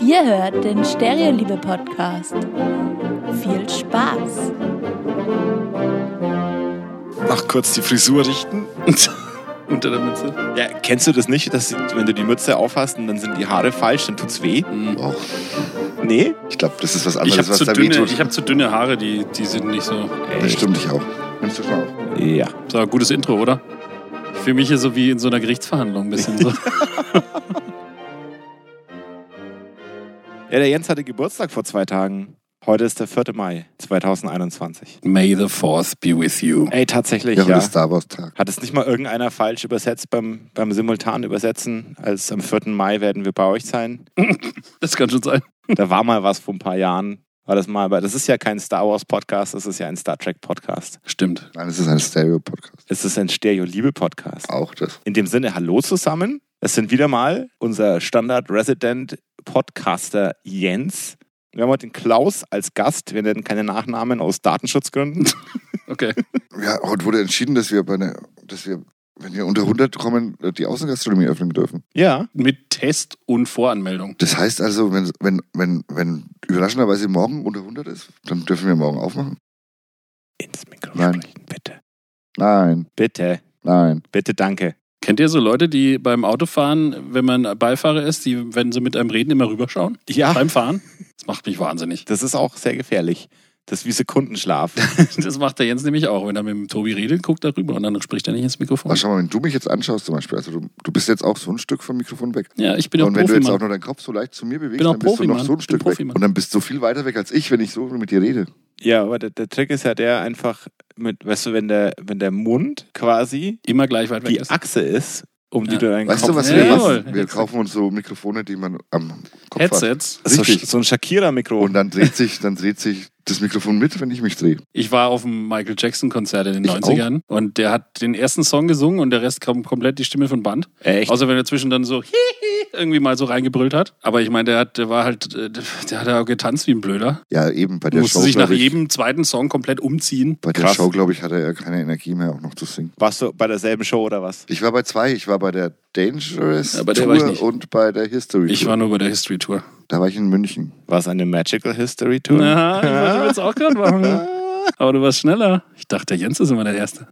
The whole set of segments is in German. Ihr hört den Stereoliebe Podcast. Viel Spaß. Ach, kurz die Frisur richten. Unter der Mütze. Ja, kennst du das nicht, dass wenn du die Mütze aufhast und dann sind die Haare falsch, dann tut's weh? Och, Nee? ich glaube, das ist was Ich habe anderes, was zu, da dünne- wehtut. ich hab zu dünne Haare, die, die sind nicht so. das stimmt, ich auch. Nimmst du schon auf? Ja. So, gutes Intro, oder? Ich fühle mich hier so wie in so einer Gerichtsverhandlung ein bisschen so. Ja, der Jens hatte Geburtstag vor zwei Tagen. Heute ist der 4. Mai 2021. May the Force be with you. Ey, tatsächlich, Ja, ja. heute ist Star Wars Tag. Hat es nicht mal irgendeiner falsch übersetzt beim, beim simultanen Übersetzen, als am 4. Mai werden wir bei euch sein? Das kann schon sein. Da war mal was vor ein paar Jahren. War das mal, aber das ist ja kein Star Wars Podcast, das ist ja ein Star Trek Podcast. Stimmt. Nein, es ist ein Stereo-Podcast. Es ist ein Stereo-Liebe-Podcast. Auch das. In dem Sinne, hallo zusammen. Es sind wieder mal unser Standard-Resident-Podcaster Jens. Wir haben heute den Klaus als Gast. Wir nennen keine Nachnamen aus Datenschutzgründen. Okay. Ja, heute wurde entschieden, dass wir, bei einer, dass wir, wenn wir unter 100 kommen, die Außengastronomie öffnen dürfen. Ja, Mit Test und Voranmeldung. Das heißt also, wenn, wenn, wenn, wenn überraschenderweise morgen unter 100 ist, dann dürfen wir morgen aufmachen? ins Mikro Nein. sprechen, bitte. Nein, Bitte, nein. bitte, danke. Kennt ihr so Leute, die beim Autofahren, wenn man Beifahrer ist, die, wenn sie mit einem reden, immer rüberschauen? Ja, Beim Fahren? Das macht mich wahnsinnig. das ist auch sehr gefährlich. Das ist wie Sekundenschlaf. Das macht der Jens nämlich auch. Wenn er mit dem Tobi redet, guckt er rüber und dann spricht er nicht ins Aber Mikrofon. schau mal, wenn du mich jetzt anschaust zum Beispiel, also du, du bist jetzt auch so ein Stück vom Mikrofon weg. Ja, ich bin auch und wenn du jetzt auch Profimann. nur deinen Kopf so leicht zu mir bewegst, Bin auch dann bist du noch Profimann. so ein Bin Stück weg. Profimann. Und dann bist du viel weiter weg als ich, wenn ich so mit dir rede. Ja, aber der, der Trick ist ja der einfach mit, weißt du, wenn der, wenn der Mund quasi Immer gleich weit weg die ist. Achse ist, um die Ja. du deinen Weißt Kopf du, was Ja, wir jawohl. machen? Wir kaufen uns so Mikrofone, die man am Kopf hat. Headsets. so, Richtig. so ein Shakira-Mikro. Und dann dreht sich, dann dreht sich das Mikrofon mit, wenn ich mich drehe. Ich war auf dem Michael Jackson Konzert in den Ich 90ern und der hat den ersten Song gesungen und der Rest kam komplett die Stimme von Band. Echt? Außer wenn er zwischen dann so hihi irgendwie mal so reingebrüllt hat. Aber ich meine, der, hat, der war halt, äh, der hat ja auch getanzt wie ein Blöder. Ja, eben bei Der der musste Show. sich glaub nach ich, jedem zweiten Song komplett umziehen. bei der Krass. Show, glaube ich, hatte er keine Energie mehr, auch noch zu singen. Warst du bei derselben Show oder was? Ich war bei zwei. Ich war bei der Dangerous Ja, bei der Tour war ich nicht. und bei der History Ich Tour. war nur bei der History Tour. da war ich in München. War es eine Magical History Tour? Ja, ich wollte jetzt auch gerade machen. ne? Aber du warst schneller. Ich dachte, der Jens ist immer der Erste.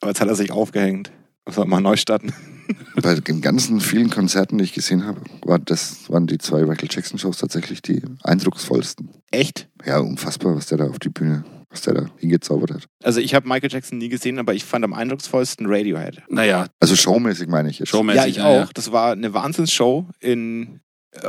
Aber jetzt hat er sich aufgehängt. Muss man mal neu starten. bei den ganzen vielen Konzerten, die ich gesehen habe, war das, waren die zwei Michael Jackson Shows tatsächlich die eindrucksvollsten. Echt? Ja, unfassbar, was der da auf die Bühne, was der da hingezaubert hat. Also ich habe Michael Jackson nie gesehen, aber ich fand am eindrucksvollsten Radiohead. Naja, Also showmäßig meine ich jetzt. showmäßig. ja, ich auch. Das war eine Wahnsinnsshow in äh,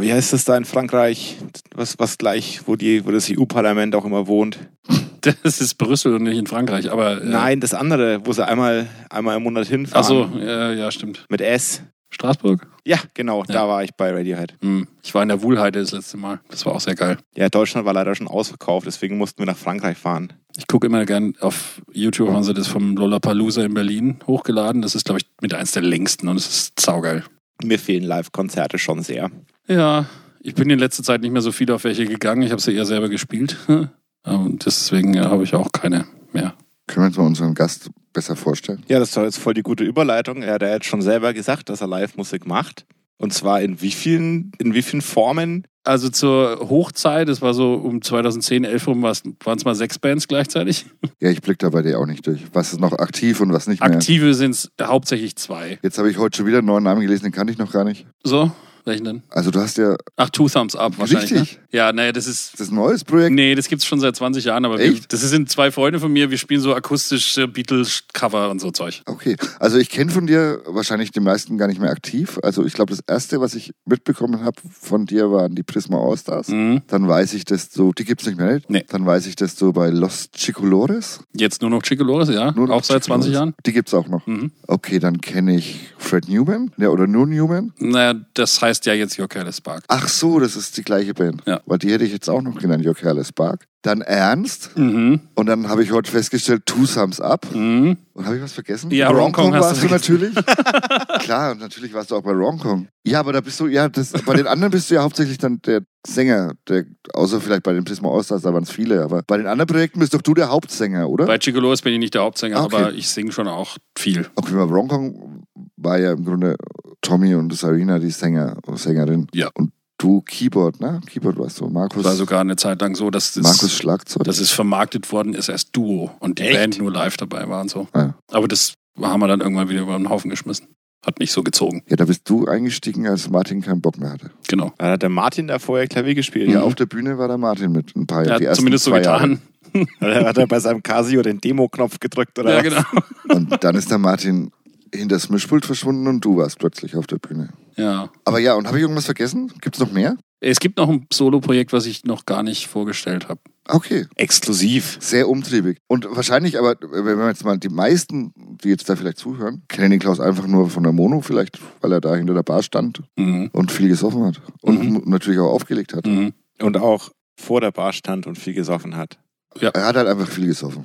wie heißt das da in Frankreich? Was, was gleich, wo, die, wo das EU-Parlament auch immer wohnt. Das ist Brüssel und nicht in Frankreich. Aber, äh, Nein, das andere, wo sie einmal, einmal im Monat hinfahren. Achso, äh, ja, stimmt. Mit S. Straßburg? Ja, genau, da Ja. war ich bei Radiohead. Hm, Ich war in der Wuhlheide das letzte Mal. Das war auch sehr geil. Ja, Deutschland war leider schon ausverkauft, deswegen mussten wir nach Frankreich fahren. Ich gucke immer gern auf YouTube, haben sie das vom Lollapalooza in Berlin hochgeladen. Das ist, glaube ich, mit eins der längsten und es ist saugeil. Mir fehlen Live-Konzerte schon sehr. Ja, ich bin in letzter Zeit nicht mehr so viel auf welche gegangen. Ich habe sie eher selber gespielt. Und deswegen ja, habe ich auch keine mehr. Können wir uns mal unseren Gast besser vorstellen? Ja, das war jetzt voll die gute Überleitung. Er hat ja jetzt schon selber gesagt, dass er Live-Musik macht. Und zwar in wie vielen, in wie vielen Formen? Also zur Hochzeit, das war so um 2010, 11 rum, waren es mal sechs Bands gleichzeitig. Ja, ich blick da bei dir auch nicht durch. Was ist noch aktiv und was nicht mehr? Aktive sind es hauptsächlich zwei. Jetzt habe ich heute schon wieder einen neuen Namen gelesen, den kannte ich noch gar nicht. So, welchen denn? Also du hast ja, Ach, Two Thumbs Up wahrscheinlich. Richtig. Ne? Ja, naja, das ist das ist ein neues Projekt. Nee, das gibt's schon seit 20 Jahren, aber wir, Echt? das sind zwei Freunde von mir, wir spielen so akustische Beatles-Cover und so Zeug. Okay, also ich kenne von dir wahrscheinlich die meisten gar nicht mehr aktiv. Also ich glaube, das erste, was ich mitbekommen habe von dir, waren die Prisma Allstars. Mhm. Dann weiß ich, dass du, die gibt's nicht mehr, nicht? Nee. Dann weiß ich, dass du bei Los Chicolores, Jetzt nur noch Chicolores, ja, Nur noch auch seit 20 Jahren. die gibt's auch noch. Mhm. Okay, dann kenne ich Fred Newman, ja, oder nur Newman. Naja, das heißt ja jetzt Your Careless Spark. Ach so, das ist die gleiche Band. Ja. Weil die hätte ich jetzt auch noch genannt, Your Careless Bark. Dann Ernst. Mhm. Und dann habe ich heute festgestellt, Two Sums Up. Mhm. Und habe ich was vergessen? Ja, Bei Rom-Com hast warst du du natürlich. Klar, und natürlich warst du auch bei Romcom. Ja, aber da bist du, ja, das, bei den anderen bist du ja hauptsächlich dann der Sänger. Der, außer vielleicht bei den Prisma Allstars, da waren es viele. Aber bei den anderen Projekten bist doch du der Hauptsänger, oder? Bei Chicolores bin ich nicht der Hauptsänger, Ah, Okay. aber ich singe schon auch viel. Okay, bei Romcom war ja im Grunde Tommy und Sarina die Sänger, Sängerin. Ja. Und du Keyboard, ne? Keyboard warst du. Markus, war sogar eine Zeit lang so, dass das, Markus Schlagzeug. dass es vermarktet worden ist als Duo und die Echt? Band nur live dabei war und so. Ah. Aber das haben wir dann irgendwann wieder über den Haufen geschmissen. Hat nicht so gezogen. ja, da bist du eingestiegen, als Martin keinen Bock mehr hatte. Genau. Da hat der Martin da vorher Klavier gespielt. Ja, Mhm. auf der Bühne war der Martin mit ein paar Er die hat ersten zumindest so zwei Jahre. getan. Da hat er bei seinem Casio den Demo-Knopf gedrückt oder Ja, was? genau. Und dann ist der Martin hinter das Mischpult verschwunden und du warst plötzlich auf der Bühne. Ja. Aber ja, und habe ich irgendwas vergessen? Gibt's noch mehr? Es gibt noch ein Solo-Projekt, was ich noch gar nicht vorgestellt habe. Ah, Okay, Exklusiv. sehr umtriebig. Und wahrscheinlich, aber wenn wir jetzt mal die meisten, die jetzt da vielleicht zuhören, kennen den Klaus einfach nur von der Mono, vielleicht, weil er da hinter der Bar stand Mhm. und viel gesoffen hat. Und Mhm. mu- natürlich auch aufgelegt hat. Mhm. Und auch vor der Bar stand und viel gesoffen hat. Er hat halt einfach viel gesoffen.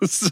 Das-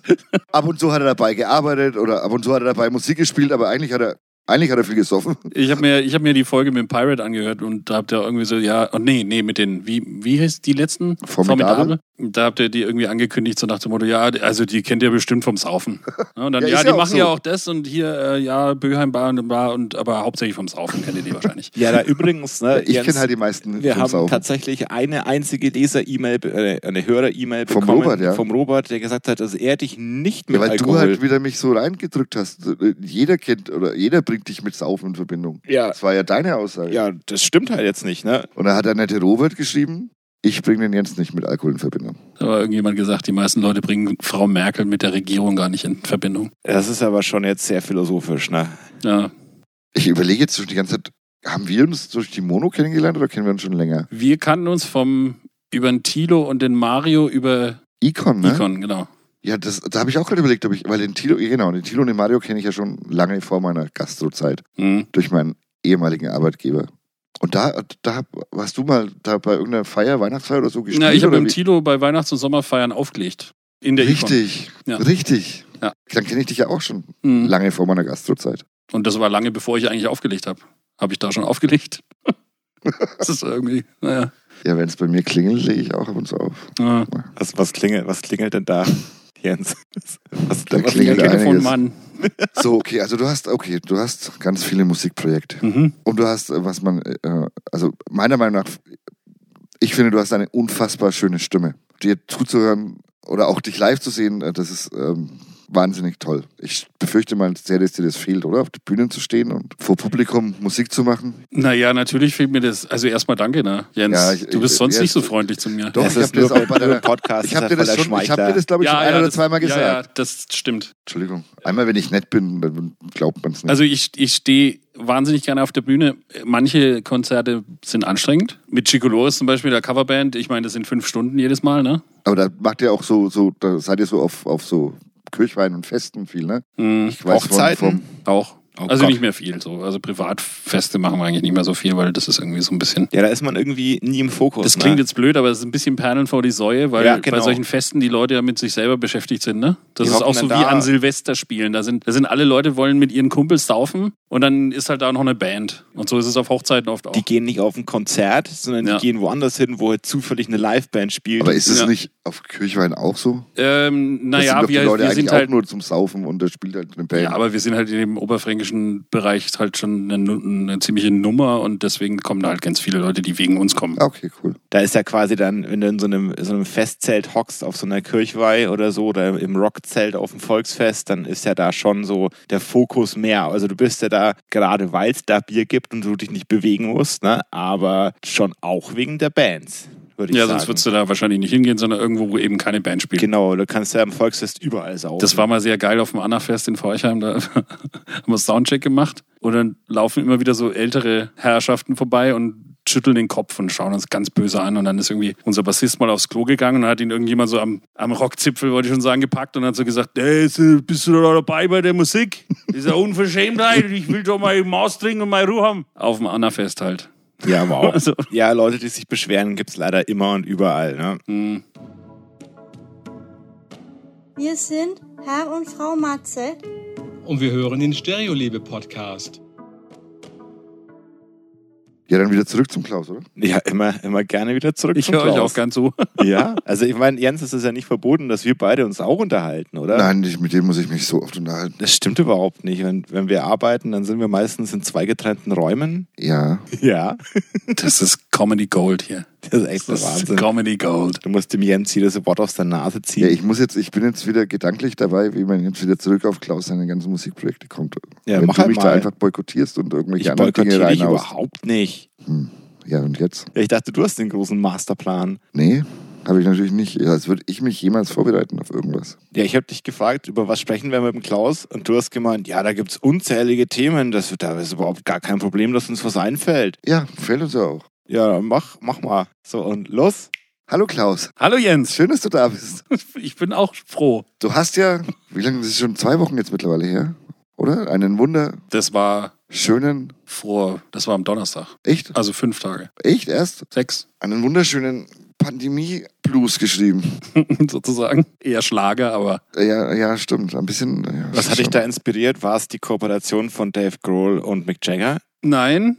Ab und zu hat er dabei gearbeitet oder ab und zu hat er dabei Musik gespielt, aber eigentlich hat er, eigentlich hat er viel gesoffen. Ich habe mir, ich hab mir die Folge mit dem Pirate angehört und da habt ihr irgendwie so, ja, oh nee, nee, mit den, wie, wie heißt die letzten? Formidable. Da habt ihr die irgendwie angekündigt, so nach dem Motto, ja, also die kennt ihr bestimmt vom Saufen. Ja, und dann, Ja, ja, ist die ja auch machen so. ja auch das und hier, äh, ja, Böheim Bar und Bar und, aber hauptsächlich vom Saufen kennt ihr die wahrscheinlich. Ja, da übrigens, ne, Ich Jens, kenne halt die meisten wir vom haben Saufen. tatsächlich eine einzige Leser-E-Mail, be- äh, eine Hörer-E-Mail Vom bekommen. Robert, ja. Vom Robert, der gesagt hat, dass er dich nicht Ja, mit weil du Alkohol... halt wieder mich so reingedrückt hast. Jeder kennt oder jeder bringt dich mit Saufen in Verbindung. ja, Das war ja deine Aussage. ja, das stimmt halt jetzt nicht, ne? Und da hat der nette Robert geschrieben, ich bringe den Jens nicht mit Alkohol in Verbindung. Da war irgendjemand gesagt, die meisten Leute bringen Frau Merkel mit der Regierung gar nicht in Verbindung. Das ist aber schon jetzt sehr philosophisch, ne? Ja. Ich überlege jetzt schon die ganze Zeit, haben wir uns durch die Mono kennengelernt oder kennen wir uns schon länger? Wir kannten uns vom, über den Tilo und den Mario über Icon, ne? Icon, genau. Ja, das, da habe ich auch gerade überlegt, ob ich, weil den Tilo, genau, den Tilo und den Mario kenne ich ja schon lange vor meiner Gastrozeit Mhm. durch meinen ehemaligen Arbeitgeber. Und da, da warst du mal da bei irgendeiner Feier, Weihnachtsfeier oder so gespielt? Na, ich habe oder mit dem wie? Tilo bei Weihnachts- und Sommerfeiern aufgelegt. In der Icon. Richtig, Ja. richtig. Ja. Dann kenne ich dich ja auch schon Mhm. lange vor meiner Gastrozeit. Und das war lange bevor ich eigentlich aufgelegt habe. Habe ich da schon aufgelegt? das ist irgendwie, naja. Ja, wenn es bei mir klingelt, lege ich auch ab und zu auf. Ja. Was, was, klingelt, was klingelt denn da, Jens? Was, Da was klingelt klingelt? einiges. Telefonmann. So, okay, also du hast, okay, du hast ganz viele Musikprojekte. Mhm. Und du hast, äh, was man, äh, also meiner Meinung nach, ich finde, du hast eine unfassbar schöne Stimme. Dir zuzuhören oder auch dich live zu sehen, äh, das ist ähm, wahnsinnig toll. Ich befürchte mal sehr, dass dir das fehlt, oder? Auf der Bühne zu stehen und vor Publikum Musik zu machen. Naja, natürlich fehlt mir das. Also erstmal danke, ne? Jens, Ja, ich- du bist ich- sonst ja, nicht so freundlich zu mir. Doch, Es ich ist habe das nur- auch bei nur der Podcast, Ich habe ist dir ja das voller schon, ich habe Schmeichler. dir das glaube ich schon ein oder das- zweimal gesagt. Ja, ja, das stimmt. Entschuldigung. Einmal, wenn ich nett bin, dann glaubt man es nicht. Also ich, ich stehe wahnsinnig gerne auf der Bühne. Manche Konzerte sind anstrengend. Mit Chico Loris zum Beispiel, der Coverband. Ich meine, das sind fünf Stunden jedes Mal, ne? Aber da macht ihr auch so, so, da seid ihr so auf, auf so Kirchwein und Festen viel, ne? Mhm. Ich weiß von- Hochzeiten? Auch. Oh also Gott. nicht mehr viel so. Also Privatfeste machen wir eigentlich nicht mehr so viel, weil das ist irgendwie so ein bisschen. Ja, da ist man irgendwie nie im Fokus. Das klingt ne? jetzt blöd, aber es ist ein bisschen Perlen vor die Säue, weil Ja, genau. bei solchen Festen die Leute ja mit sich selber beschäftigt sind, ne? Das Die ist auch hocken so wie dann da. an Silvesterspielen. Da sind, da sind alle Leute wollen mit ihren Kumpels saufen und dann ist halt da noch eine Band. Und so ist es auf Hochzeiten oft auch. die gehen nicht auf ein Konzert, sondern Ja. die gehen woanders hin, wo halt zufällig eine Liveband spielt. Aber ist es Ja. nicht auf Kirchwein auch so? ähm, Das sind naja, doch die wir, Leute wir eigentlich sind auch halt. nur zum Saufen und da spielt halt eine Band. Ja, aber wir sind halt in dem oberfränkischen Bereich halt schon eine, Nu- eine ziemliche Nummer und deswegen kommen da halt ganz viele Leute, die wegen uns kommen. Ah, okay, cool. da ist ja quasi dann, wenn du in so einem, so einem Festzelt hockst, auf so einer Kirchweih oder so, oder im Rockzelt auf dem Volksfest, dann ist ja da schon so der Fokus mehr. Also du bist ja da, gerade weil es da Bier gibt und du dich nicht bewegen musst, ne? aber schon auch wegen der Bands, würde ich Ja, sagen. sonst würdest du da wahrscheinlich nicht hingehen, sondern irgendwo, wo eben keine Band spielt. Genau, du kannst ja im Volksfest überall saufen. Das war mal sehr geil auf dem Annafest in Forchheim. Da haben wir Soundcheck gemacht und dann laufen immer wieder so ältere Herrschaften vorbei und schütteln den Kopf und schauen uns ganz böse an. Und dann ist irgendwie unser Bassist mal aufs Klo gegangen und dann hat ihn irgendjemand so am, am Rockzipfel, wollte ich schon sagen, gepackt und hat so gesagt, hey, ist, äh, bist du da dabei bei der Musik? Das ist ja Unverschämtheit. Ich will doch mal Maus trinken und mal Ruhe haben. Auf dem Annafest halt. ja, aber auch. Also- Ja, Leute, die sich beschweren, gibt es leider immer und überall. Ne? Hm. Wir sind Herr und Frau Matze. und wir hören den Stereolebe-Podcast. Ja, dann wieder zurück zum Klaus, oder? Ja, immer, immer gerne wieder zurück Ich zum höre euch Klaus. auch gern zu. Ja, also ich meine, Jens, es ist ja nicht verboten, dass wir beide uns auch unterhalten, oder? Nein, ich, mit dem muss ich mich so oft unterhalten. Das stimmt überhaupt nicht. Wenn, wenn wir arbeiten, dann sind wir meistens in zwei getrennten Räumen. Ja. Ja, Das ist Comedy Gold hier. das ist echt der Das ist Wahnsinn. Comedy Gold. Du musst dem Jens hier das Wort aus der Nase ziehen. Ja, ich muss jetzt, ich bin jetzt wieder gedanklich dabei, wie man jetzt wieder zurück auf Klaus seine ganzen Musikprojekte kommt. Ja, Wenn mach du halt mich mal. da einfach boykottierst und irgendwelche ich anderen Dinge boykottiere dich reinhaust. überhaupt nicht. Ja, und jetzt? Ja, ich dachte, du hast den großen Masterplan. Nee, habe ich natürlich nicht. Ja, Als würde ich mich jemals vorbereiten auf irgendwas. Ja, ich habe dich gefragt, über was sprechen wir mit dem Klaus? Und du hast gemeint, ja, da gibt's unzählige Themen. Das, da ist überhaupt gar kein Problem, dass uns was einfällt. Ja, fällt uns ja auch. Ja, mach, mach mal. So, und los. Hallo Klaus, Hallo Jens. schön, dass du da bist. Ich bin auch froh. Du hast ja, wie lange, das ist schon zwei Wochen jetzt mittlerweile her, oder? Einen wunderschönen, Das war vor, das war am Donnerstag. echt, Also fünf Tage. echt erst, Sechs einen wunderschönen Pandemie-Blues geschrieben. Äh, sozusagen. Eher Schlager, aber Ja, ja, stimmt, ein bisschen. Ja, Was hat dich da inspiriert? War es die Kooperation von Dave Grohl und Mick Jagger? nein.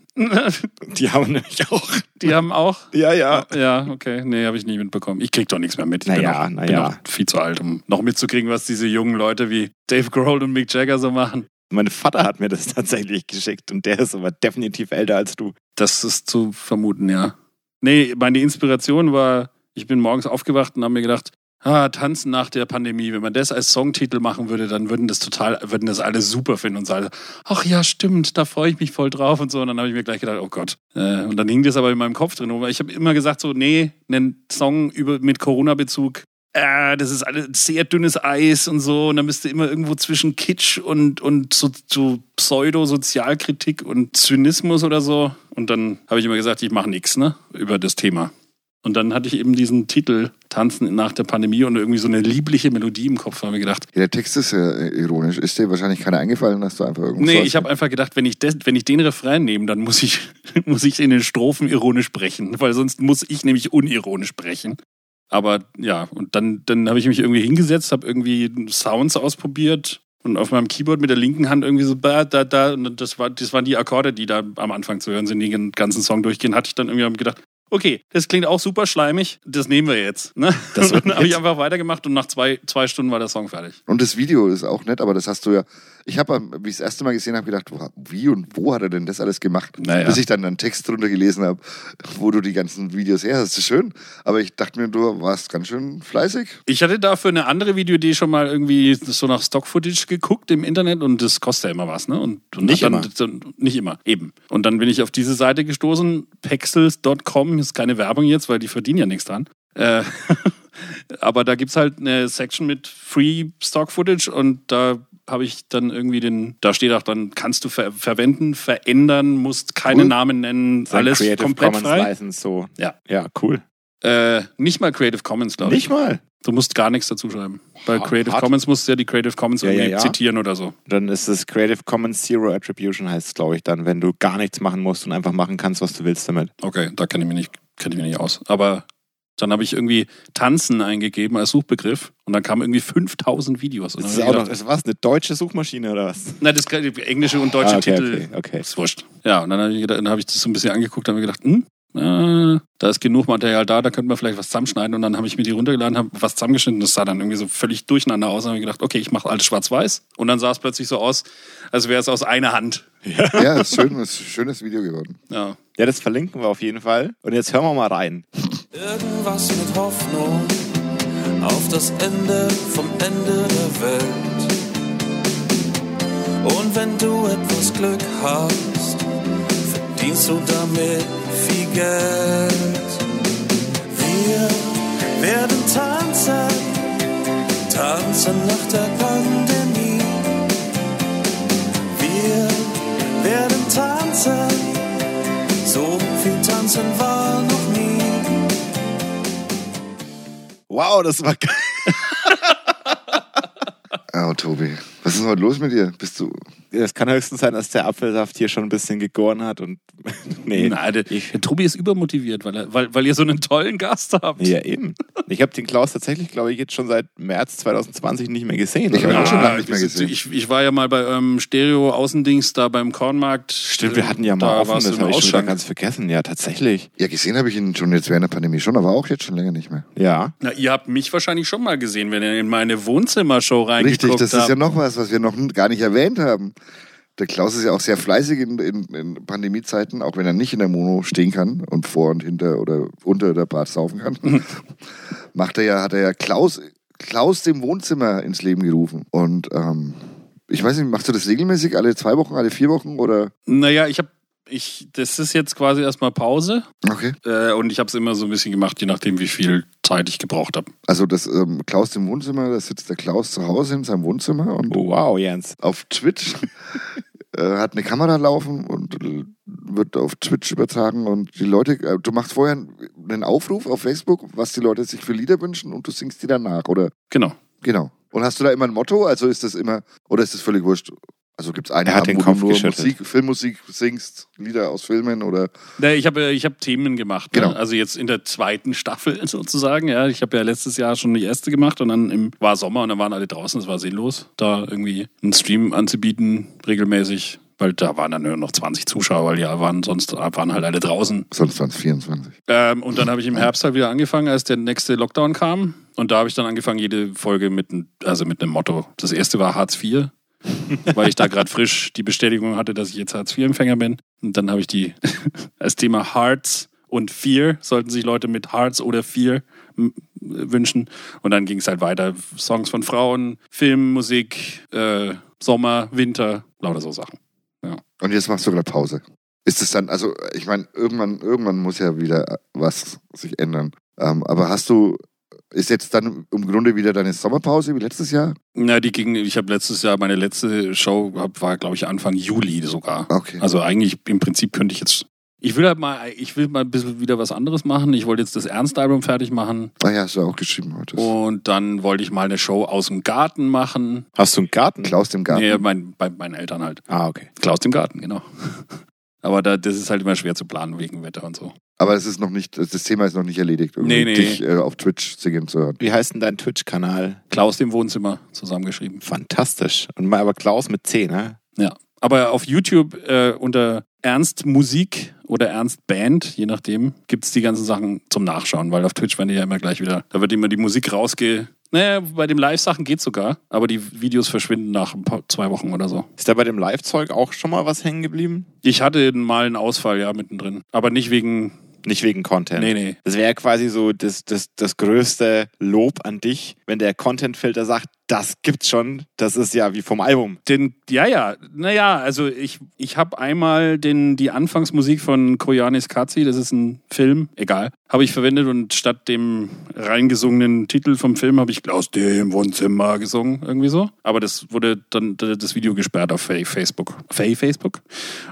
Die haben nämlich auch. Die haben auch. Ja, ja. Ja, okay. Nee, habe ich nicht mitbekommen. Ich krieg doch nichts mehr mit. Ich Naja, bin auch, bin naja. auch viel zu alt, um noch mitzukriegen, was diese jungen Leute wie Dave Grohl und Mick Jagger so machen. Mein Vater hat mir das tatsächlich geschickt und der ist aber definitiv älter als du. Das ist zu vermuten, ja. Nee, meine Inspiration war, ich bin morgens aufgewacht und habe mir gedacht, ah, tanzen nach der Pandemie. Wenn man das als Songtitel machen würde, dann würden das total, würden das alle super finden und sagen, ach ja, stimmt, da freue ich mich voll drauf und so. Und dann habe ich mir gleich gedacht, oh Gott. Äh, und dann hing das aber in meinem Kopf drin. Aber ich habe immer gesagt so, nee, einen Song über, mit Corona-Bezug, äh, das ist alles sehr dünnes Eis und so. Und da müsste immer irgendwo zwischen Kitsch und, und so, so Pseudo-Sozialkritik und Zynismus oder so. Und dann habe ich immer gesagt, ich mache nichts ne, über das Thema. Und dann hatte ich eben diesen Titel Tanzen nach der Pandemie und irgendwie so eine liebliche Melodie im Kopf. Da habe ich gedacht, Ja, der Text ist ja äh, ironisch. Ist dir wahrscheinlich keiner eingefallen, dass du einfach irgendwas. nee, ich habe einfach gedacht, wenn ich, das, wenn ich den Refrain nehme, dann muss ich, muss ich in den Strophen ironisch sprechen, weil sonst muss ich nämlich unironisch sprechen. Aber ja, und dann, dann habe ich mich irgendwie hingesetzt, habe irgendwie Sounds ausprobiert und auf meinem Keyboard mit der linken Hand irgendwie so da, da, da. Und das, war, das waren die Akkorde, die da am Anfang zu hören sind, die den ganzen Song durchgehen. Hatte ich dann irgendwie gedacht, okay, das klingt auch super schleimig, das nehmen wir jetzt. Ne? Das wird und dann habe ich jetzt. einfach weitergemacht und nach zwei, zwei Stunden war der Song fertig. Und das Video ist auch nett, aber das hast du ja. Ich habe, wie ich das erste Mal gesehen habe, gedacht, wo- wie und wo hat er denn das alles gemacht? Naja. Bis ich dann einen Text drunter gelesen habe, wo du die ganzen Videos her hast. Das ist schön. Aber ich dachte mir, du warst ganz schön fleißig. Ich hatte dafür eine andere Videoidee schon mal irgendwie so nach Stock-Footage geguckt im Internet und das kostet ja immer was, ne? Und, und Nicht dann, immer. Dann, nicht immer, eben. Und dann bin ich auf diese Seite gestoßen, pexels.com, ist keine Werbung jetzt, weil die verdienen ja nichts dran. Äh, aber da gibt es halt eine Section mit Free Stock-Footage und da habe ich dann irgendwie den, da steht auch dann, kannst du ver verwenden, verändern, musst keine Cool. Namen nennen, Sein alles Creative komplett Commons frei. License so. Ja. Ja, cool. Äh, nicht mal Creative Commons, glaube ich. Nicht mal. Du musst gar nichts dazu schreiben. Bei Hart- Creative hart. Commons musst du ja die Creative Commons Ja, ja, irgendwie ja. zitieren oder so. Dann ist es Creative Commons Zero Attribution heißt es, glaube ich, dann, wenn du gar nichts machen musst und einfach machen kannst, was du willst damit. Okay, da kenne ich mich nicht, kenne ich mich nicht aus. Aber dann habe ich irgendwie Tanzen eingegeben als Suchbegriff und dann kamen irgendwie 5000 Videos. Und Das ist dann auch hab ich noch, gedacht, ist was, eine deutsche Suchmaschine oder was? Nein, das kann- englische und deutsche Ah, okay, Titel. okay, okay. Ist wurscht. Ja, und dann habe ich, gedacht- dann hab ich das so ein bisschen angeguckt und habe gedacht, hm, äh, da ist genug Material da, da könnte man vielleicht was zusammenschneiden. Und dann habe ich mir die runtergeladen, habe was zusammengeschnitten. Das sah dann irgendwie so völlig durcheinander aus. Und habe gedacht, okay, ich mache alles schwarz-weiß. Und dann sah es plötzlich so aus, als wäre es aus einer Hand. Ja, ist schön, ist ein schönes Video geworden. Ja, Ja, das verlinken wir auf jeden Fall. Und jetzt hören wir mal rein. Irgendwas mit Hoffnung auf das Ende vom Ende der Welt. Und wenn du etwas Glück hast, verdienst du damit viel Geld. Wir werden tanzen, tanzen nach der Pandemie. Wir werden tanzen, so viel tanzen war noch nie. Wow, das war geil. Ah, Oh, Tobi. Was ist denn heute los mit dir? Bist du Es kann höchstens sein, dass der Apfelsaft hier schon ein bisschen gegoren hat und nee. Nein, der, der Tobi ist übermotiviert, weil, er, weil, weil ihr so einen tollen Gast habt. Ja, eben. Ich habe den Klaus tatsächlich, glaube ich, jetzt schon seit März 2020 nicht mehr gesehen. Ich oder? auch schon lange nicht wir mehr sind- gesehen. Ich, ich war ja mal bei eurem Stereo-Außendings da beim Kornmarkt. Stimmt, wir hatten ja mal da offen, warst du das im habe ich schon wieder Ausschank. ganz vergessen. Ja, tatsächlich. Ja, gesehen habe ich ihn schon jetzt während der Pandemie schon, aber auch jetzt schon länger nicht mehr. Ja. Na, ihr habt mich wahrscheinlich schon mal gesehen, wenn ihr in meine Wohnzimmershow reingeguckt Richtig, das habt. ist ja noch was, was wir noch n- gar nicht erwähnt haben. Der Klaus ist ja auch sehr fleißig in, in, in Pandemiezeiten, auch wenn er nicht in der Mono stehen kann und vor und hinter oder unter der Bart saufen kann. macht er ja, hat er ja Klaus, Klaus dem Wohnzimmer ins Leben gerufen. Und ähm, ich weiß nicht, machst du das regelmäßig alle zwei Wochen, alle vier Wochen oder? naja, ich habe, ich, das ist jetzt quasi erstmal Pause Okay. äh, und ich habe es immer so ein bisschen gemacht, je nachdem, wie viel Zeit ich gebraucht habe. Also das ähm, Klaus dem Wohnzimmer, da sitzt der Klaus zu Hause in seinem Wohnzimmer und Oh, wow, Jens. auf Twitch, äh, hat eine Kamera laufen und l- wird auf Twitch übertragen und die Leute, äh, du machst vorher einen Aufruf auf Facebook, was die Leute sich für Lieder wünschen und du singst die danach, oder? Genau. Genau. Und hast du da immer ein Motto? Also ist das immer, oder ist das völlig wurscht? Also gibt es einen Er hat Abend, den wo du Kopf nur geschüttelt. Musik, Filmmusik singst, Lieder aus Filmen oder Nee, ich habe ich hab Themen gemacht. Ne? Genau. Also jetzt in der zweiten Staffel sozusagen. Ja, ich habe ja letztes Jahr schon die erste gemacht und dann im, war Sommer und dann waren alle draußen. Es war sinnlos, da irgendwie einen Stream anzubieten regelmäßig, weil da waren dann nur noch 20 Zuschauer, weil ja waren sonst waren halt alle draußen. sonst waren es 24. Ähm, und dann habe ich im Herbst halt wieder angefangen, als der nächste Lockdown kam. Und da habe ich dann angefangen, jede Folge mit, n- also mit einem Motto. Das erste war Hartz IV, weil ich da gerade frisch die Bestätigung hatte, dass ich jetzt Hartz IV-Empfänger bin. Und dann habe ich die als Thema Hearts und Fear, sollten sich Leute mit Hearts oder Fear m- wünschen. Und dann ging es halt weiter. Songs von Frauen, Film, Musik, äh, Sommer, Winter, lauter so Sachen. Und jetzt machst du gerade Pause. Ist es dann, also ich meine, irgendwann, irgendwann muss ja wieder äh, was sich ändern. Ähm, aber hast du, ist jetzt dann im Grunde wieder deine Sommerpause wie letztes Jahr? Na, die ging, ich habe letztes Jahr, meine letzte Show hab, war, glaube ich, Anfang Juli sogar. Okay. Also eigentlich im Prinzip könnte ich jetzt. Ich will halt mal, ich will mal ein bisschen wieder was anderes machen. Ich wollte jetzt das Ernst-Album fertig machen ah ja, hast du auch geschrieben heute. und dann wollte ich mal eine Show aus dem Garten machen. Hast du einen Garten? Klaus dem Garten. Nee, mein, bei meinen Eltern halt. Ah, okay. Klaus dem Garten, genau. Aber da, das ist halt immer schwer zu planen wegen Wetter und so. Aber es ist noch nicht, das Thema ist noch nicht erledigt, irgendwie Nee, nee. dich äh, auf Twitch singen zu hören. Wie heißt denn dein Twitch-Kanal? Klaus dem Wohnzimmer zusammengeschrieben. Fantastisch. Und mal aber Klaus mit 10, ne? Ja. Aber auf YouTube äh, unter Ernst Musik oder Ernst Band, je nachdem, gibt's die ganzen Sachen zum Nachschauen, weil auf Twitch werden die ja immer gleich wieder, da wird immer die Musik rausge. Naja, bei den Live-Sachen geht's sogar, aber die Videos verschwinden nach ein paar, zwei Wochen oder so. Ist da bei dem Live-Zeug auch schon mal was hängen geblieben? Ich hatte mal einen Ausfall, ja, mittendrin. Aber nicht wegen. Nicht wegen Content. Nee, nee. Das wäre quasi so das, das, das größte Lob an dich, wenn der Content-Filter sagt, das gibt's schon, das ist ja wie vom Album. Den, ja, ja, naja, also ich, ich habe einmal den, die Anfangsmusik von Koyanis Katsi, das ist ein Film, egal, habe ich verwendet und statt dem reingesungenen Titel vom Film habe ich aus dem Wohnzimmer gesungen, irgendwie so. Aber das wurde dann das Video gesperrt auf Fa- Facebook. Fa- Facebook?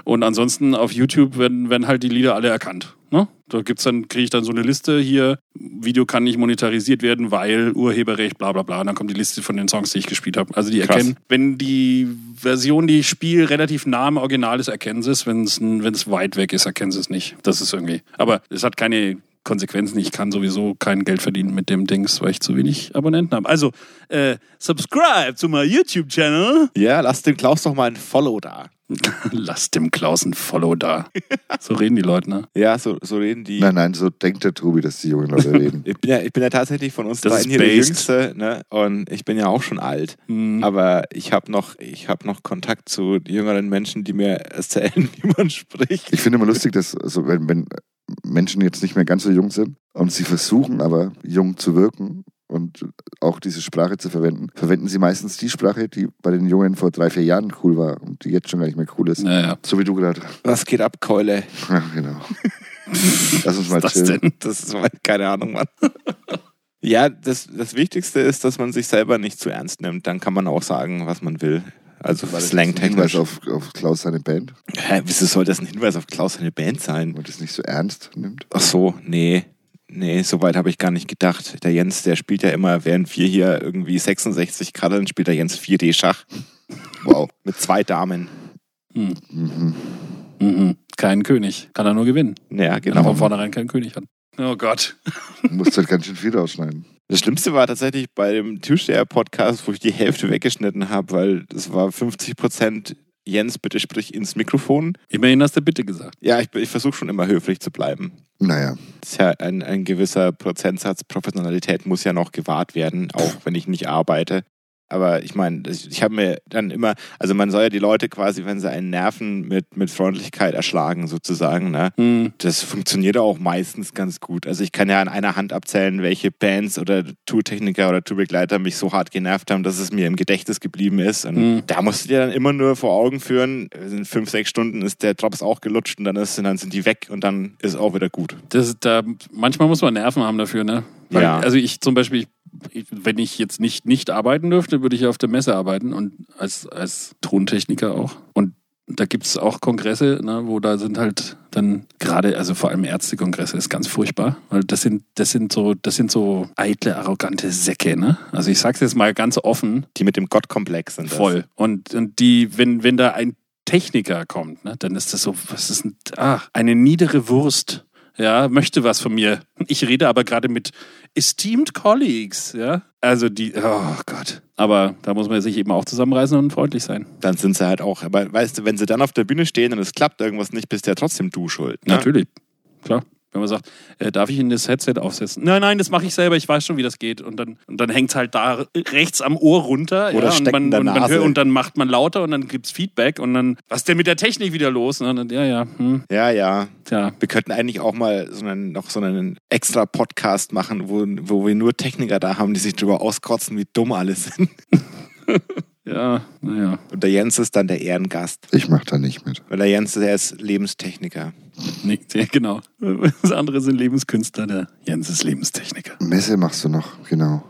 Und ansonsten auf YouTube werden, werden halt die Lieder alle erkannt. Ne? Da gibt's dann, kriege ich dann so eine Liste hier, Video kann nicht monetarisiert werden, weil Urheberrecht, bla bla bla. Und dann kommt die Liste von den Songs, die ich gespielt habe. Also die Krass. erkennen, wenn die Version, die ich spiele, relativ nah am Original ist, erkennen sie es. Wenn es n- wenn es weit weg ist, erkennen sie es nicht. Das ist irgendwie. Aber es hat keine Konsequenzen. Ich kann sowieso kein Geld verdienen mit dem Dings, weil ich zu wenig Abonnenten habe. Also, äh, subscribe zu meinem YouTube-Channel. Ja, lass den Klaus doch mal ein Follow da. Lass dem Klaus ein Follow da. So reden die Leute, ne? Ja, so, so reden die. Nein, nein, so denkt der Tobi, dass die jungen Leute reden. Ich bin, ja, ich bin ja tatsächlich von uns Das beiden hier ist der based. Jüngste, ne? Und ich bin ja auch schon alt. Hm. Mhm. Aber ich habe noch, ich hab noch Kontakt zu jüngeren Menschen, die mir erzählen, wie man spricht. Ich finde immer lustig, dass also wenn, wenn Menschen jetzt nicht mehr ganz so jung sind und sie versuchen aber jung zu wirken und auch diese Sprache zu verwenden, verwenden sie meistens die Sprache, die bei den Jungen vor drei, vier Jahren cool war und die jetzt schon gar nicht mehr cool ist. Naja. So wie du gerade. Was geht ab, Keule? Ja, genau. Lass uns mal Was chillen. denn? Das ist mein- keine Ahnung, Mann. Ja, das, das Wichtigste ist, dass man sich selber nicht zu ernst nimmt. Dann kann man auch sagen, was man will. Also War das ein halt Hinweis slangtechnisch. auf, auf Klaus seine Band, Hä, wieso soll das ein Hinweis auf Klaus seine Band sein? und das nicht so ernst nimmt. Ach so, nee. Nee, so weit habe ich gar nicht gedacht. Der Jens, der spielt ja immer, während wir hier irgendwie 66 Kaddeln, spielt der Jens 4D Schach. Wow. Mit zwei Damen. Hm. Mhm. Mhm. Kein König. Kann er nur gewinnen. Ja, Wenn er genau. von vornherein keinen König hat. Oh Gott. Musst halt ganz schön viel rausschneiden. Das Schlimmste war tatsächlich bei dem Türsteher-Podcast, wo ich die Hälfte weggeschnitten habe, weil es war 50 Prozent Jens, bitte sprich ins Mikrofon. Immerhin hast du bitte gesagt. Ja, ich, ich versuche schon immer höflich zu bleiben. Naja. Das ist ja ein, ein gewisser Prozentsatz Professionalität muss ja noch gewahrt werden, auch wenn ich nicht arbeite. Aber ich meine, das- ich habe mir dann immer, also man soll ja die Leute quasi, wenn sie einen nerven, mit, mit Freundlichkeit erschlagen sozusagen. Ne? Hm. Das funktioniert auch meistens ganz gut. Also ich kann ja an einer Hand abzählen, welche Bands oder Tourtechniker oder Tourbegleiter mich so hart genervt haben, dass es mir im Gedächtnis geblieben ist. Und Mhm. da musst du dir dann immer nur vor Augen führen, in fünf, sechs Stunden ist der Drops auch gelutscht und dann, ist, und dann sind die weg und dann ist auch wieder gut. Das, ist- da, manchmal muss man Nerven haben dafür, ne? Weil, Ja. Also ich zum Beispiel, ich, wenn ich jetzt nicht, nicht arbeiten dürfte, würde ich auf der Messe arbeiten und als, als Tontechniker auch. Und da gibt es auch Kongresse, ne, wo da sind halt dann gerade, also vor allem Ärztekongresse ist ganz furchtbar. Weil das sind, das sind so, das sind so eitle, arrogante Säcke, ne? Also ich sag's jetzt mal ganz offen, Die mit dem Gottkomplex sind das. voll. Und, und die, wenn, wenn da ein Techniker kommt, ne, dann ist das so, was ist denn, ah, eine niedere Wurst. Ja, möchte was von mir. Ich rede aber gerade mit esteemed colleagues, ja. Also die, oh Gott. Aber da muss man sich eben auch zusammenreißen und freundlich sein. Dann sind sie halt auch, aber weißt du, wenn sie dann auf der Bühne stehen und es klappt irgendwas nicht, bist du ja trotzdem du schuld. Ne? Natürlich, klar. Wenn man sagt, äh, darf ich Ihnen das Headset aufsetzen? Nein, nein, das mache ich selber, ich weiß schon, wie das geht. Und dann, und dann hängt es halt da rechts am Ohr runter. Oder ja, steckt und, in man, der und, man Nase. hört, und dann macht man lauter und dann gibt es Feedback. Und dann, was ist denn mit der Technik wieder los? Und dann, ja, ja, hm, Ja, ja. tja. Wir könnten eigentlich auch mal so einen, noch so einen extra Podcast machen, wo, wo wir nur Techniker da haben, die sich drüber auskotzen, wie dumm alle sind. Ja, naja. Und der Jens ist dann der Ehrengast. Ich mach da nicht mit. Weil der Jens, der ist Lebenstechniker. Nee, ja, genau. Das andere sind Lebenskünstler, der Jens ist Lebenstechniker. Messe machst du noch, genau.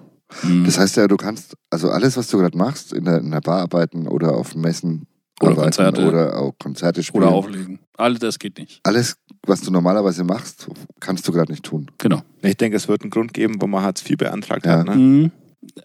Hm. Das heißt ja, du kannst, also alles, was du gerade machst, in der, in der Bar arbeiten oder auf Messen Oder arbeiten Konzerte. oder auch Konzerte spielen. Oder auflegen. Alles das geht nicht. Alles, was du normalerweise machst, kannst du gerade nicht tun. Genau. Ich denke, es wird einen Grund geben, wo man Hartz IV beantragt Ja. hat. Ne? Mhm.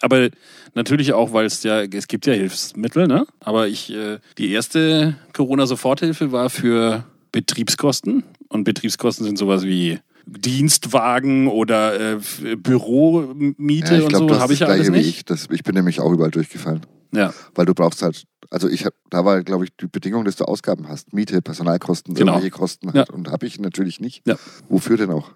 Aber natürlich auch, weil es ja, es gibt ja Hilfsmittel, ne? Aber ich, äh, die erste Corona-Soforthilfe war für Betriebskosten. Und Betriebskosten sind sowas wie Dienstwagen oder äh, F- Büromiete und glaub, du so. hast Habe ich ja das alles Gleiche wie nicht. Ich. Das, ich bin nämlich auch überall durchgefallen. Ja, Weil du brauchst halt, also ich hab, da war, glaube ich, die Bedingung, dass du Ausgaben hast. Miete, Personalkosten, Genau. irgendwelche Kosten Ja. halt. Und habe ich natürlich nicht. Ja. Wofür denn auch?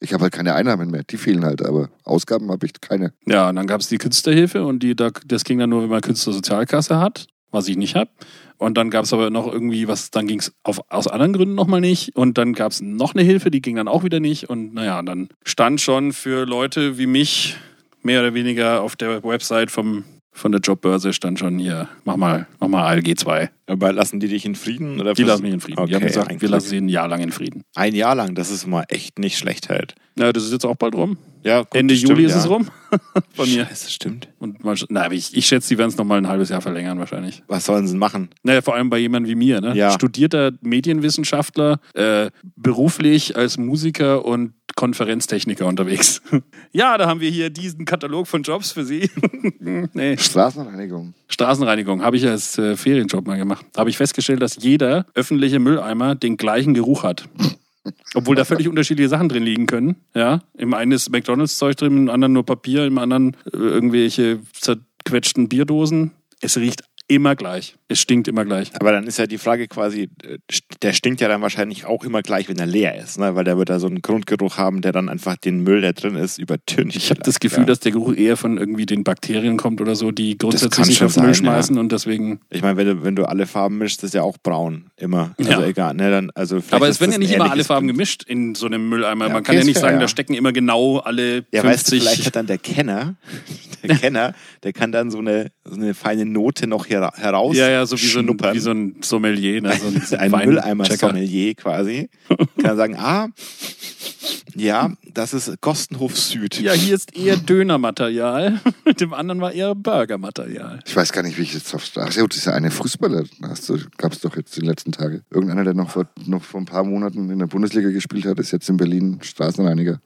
Ich habe halt keine Einnahmen mehr, die fehlen halt, aber Ausgaben habe ich keine. ja, und dann gab es die Künstlerhilfe und die, da, das ging dann nur, wenn man Künstlersozialkasse hat, was ich nicht habe. Und dann gab es aber noch irgendwie was, dann ging es aus anderen Gründen nochmal nicht. Und dann gab es noch eine Hilfe, die ging dann auch wieder nicht. Und naja, dann stand schon für Leute wie mich mehr oder weniger auf der Website vom, von der Jobbörse stand schon hier, mach mal, mach mal ALG 2. Aber lassen die dich in Frieden? Oder Die vers- lassen mich in Frieden. die haben Okay, gesagt, wir eigentlich. lassen sie ein Jahr lang in Frieden. Ein Jahr lang, das ist mal echt nicht schlecht halt. Ja, das ist jetzt auch bald rum. Ja, gut, Ende stimmt, Juli ist ja. es rum bei mir. Scheiße, stimmt. Und mal, sch- na, aber ich, ich schätze, die werden es nochmal ein halbes Jahr verlängern wahrscheinlich. Was sollen sie machen? Naja, vor allem bei jemandem wie mir, ne? Ja. Studierter Medienwissenschaftler, äh, beruflich als Musiker und Konferenztechniker unterwegs. ja, da haben wir hier diesen Katalog von Jobs für Sie. nee. Straßenreinigung. Straßenreinigung habe ich als äh, Ferienjob mal gemacht. Da habe ich festgestellt, dass jeder öffentliche Mülleimer den gleichen Geruch hat. Obwohl da völlig unterschiedliche Sachen drin liegen können. Ja, im einen ist McDonalds-Zeug drin, im anderen nur Papier, im anderen äh, irgendwelche zerquetschten Bierdosen. Es riecht immer gleich. Es stinkt immer gleich. Aber dann ist ja die Frage quasi, äh, st- der stinkt ja dann wahrscheinlich auch immer gleich, wenn er leer ist, ne? weil der wird da so einen Grundgeruch haben, der dann einfach den Müll, der drin ist, übertüncht. Ich habe das vielleicht, Gefühl, ja. dass der Geruch eher von irgendwie den Bakterien kommt oder so, die grundsätzlich kann sich schon auf Müll sein, schmeißen und deswegen. Ich meine, wenn du, wenn du alle Farben mischst, ist ja auch braun. Immer. Also Ja. egal. Ne? Dann, also vielleicht Aber ist es werden das ja ein nicht immer alle ähnliches Farben Bild. gemischt in so einem Mülleimer. Ja, Man okay, kann ja ist nicht fair, sagen, ja. da stecken immer genau alle Ja, weißt du, 50. vielleicht hat dann der Kenner, der Kenner, der kann dann so eine, so eine feine Note noch her heraus. ja, ja, so wie so ein, schnuppern. wie so ein Sommelier, ne? so ein, ein Weinchecker. Mülleimer-Sommelier quasi. Kann er sagen, ah, Ja, das ist Gostenhof Süd. Ja, hier ist eher Dönermaterial. Mit dem anderen war eher Burgermaterial. Ich weiß gar nicht, wie ich jetzt auf. Ach ja, dieser eine Fußballer hast du, gab's doch jetzt die letzten Tage. Irgendeiner, der noch vor, noch vor ein paar Monaten in der Bundesliga gespielt hat, ist jetzt in Berlin Straßenreiniger.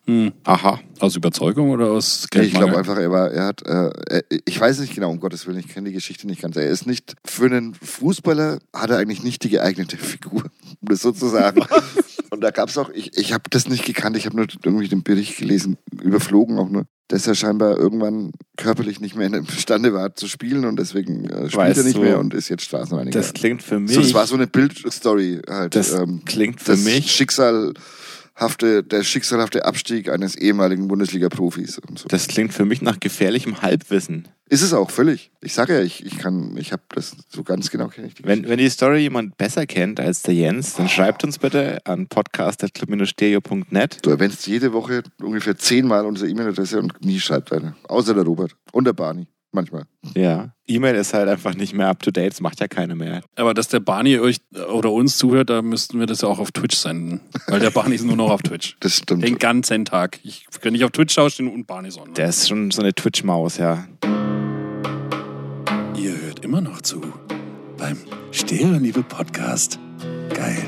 Aha. Aus Überzeugung oder aus Ich glaube ne? Geldmangel? einfach, er war, er hat, äh, er, ich weiß nicht genau, um Gottes Willen, ich kenne die Geschichte nicht ganz. Er ist nicht, für einen Fußballer hat er eigentlich nicht die geeignete Figur, um das so zu sagen. Und da gab es auch, ich, ich habe das nicht gekannt, ich habe nur irgendwie den Bericht gelesen, überflogen auch nur, dass er scheinbar irgendwann körperlich nicht mehr imstande war zu spielen und deswegen äh, spielt Weißt er nicht du, mehr und ist jetzt Straßenreiniger. Das klingt für mich. so, das war so eine Bildstory halt. Das ähm, klingt für das mich. Schicksalhafte, der schicksalhafte Abstieg eines ehemaligen Bundesliga-Profis und so. Das klingt für mich nach gefährlichem Halbwissen. Ist es auch völlig. Ich sage ja, ich, ich kann, ich habe das so ganz genau kenne ich die Wenn, wenn die Story jemand besser kennt als der Jens, dann schreibt uns bitte an podcast.club-stereo.net. Du erwähnst jede Woche ungefähr zehnmal unsere E-Mail-Adresse und nie schreibt einer. Außer der Robert und der Barney. Manchmal. Ja. E-Mail ist halt einfach nicht mehr up to date, das macht ja keiner mehr. Aber dass der Barney euch oder uns zuhört, da müssten wir das ja auch auf Twitch senden. Weil der Barney ist nur noch auf Twitch. Das stimmt. Den ganzen Tag. Ich kann nicht auf Twitch schauen und Barney ist online. Der ist schon so eine Twitch-Maus, ja. Ihr hört immer noch zu beim Stereoliebe Podcast. Geil.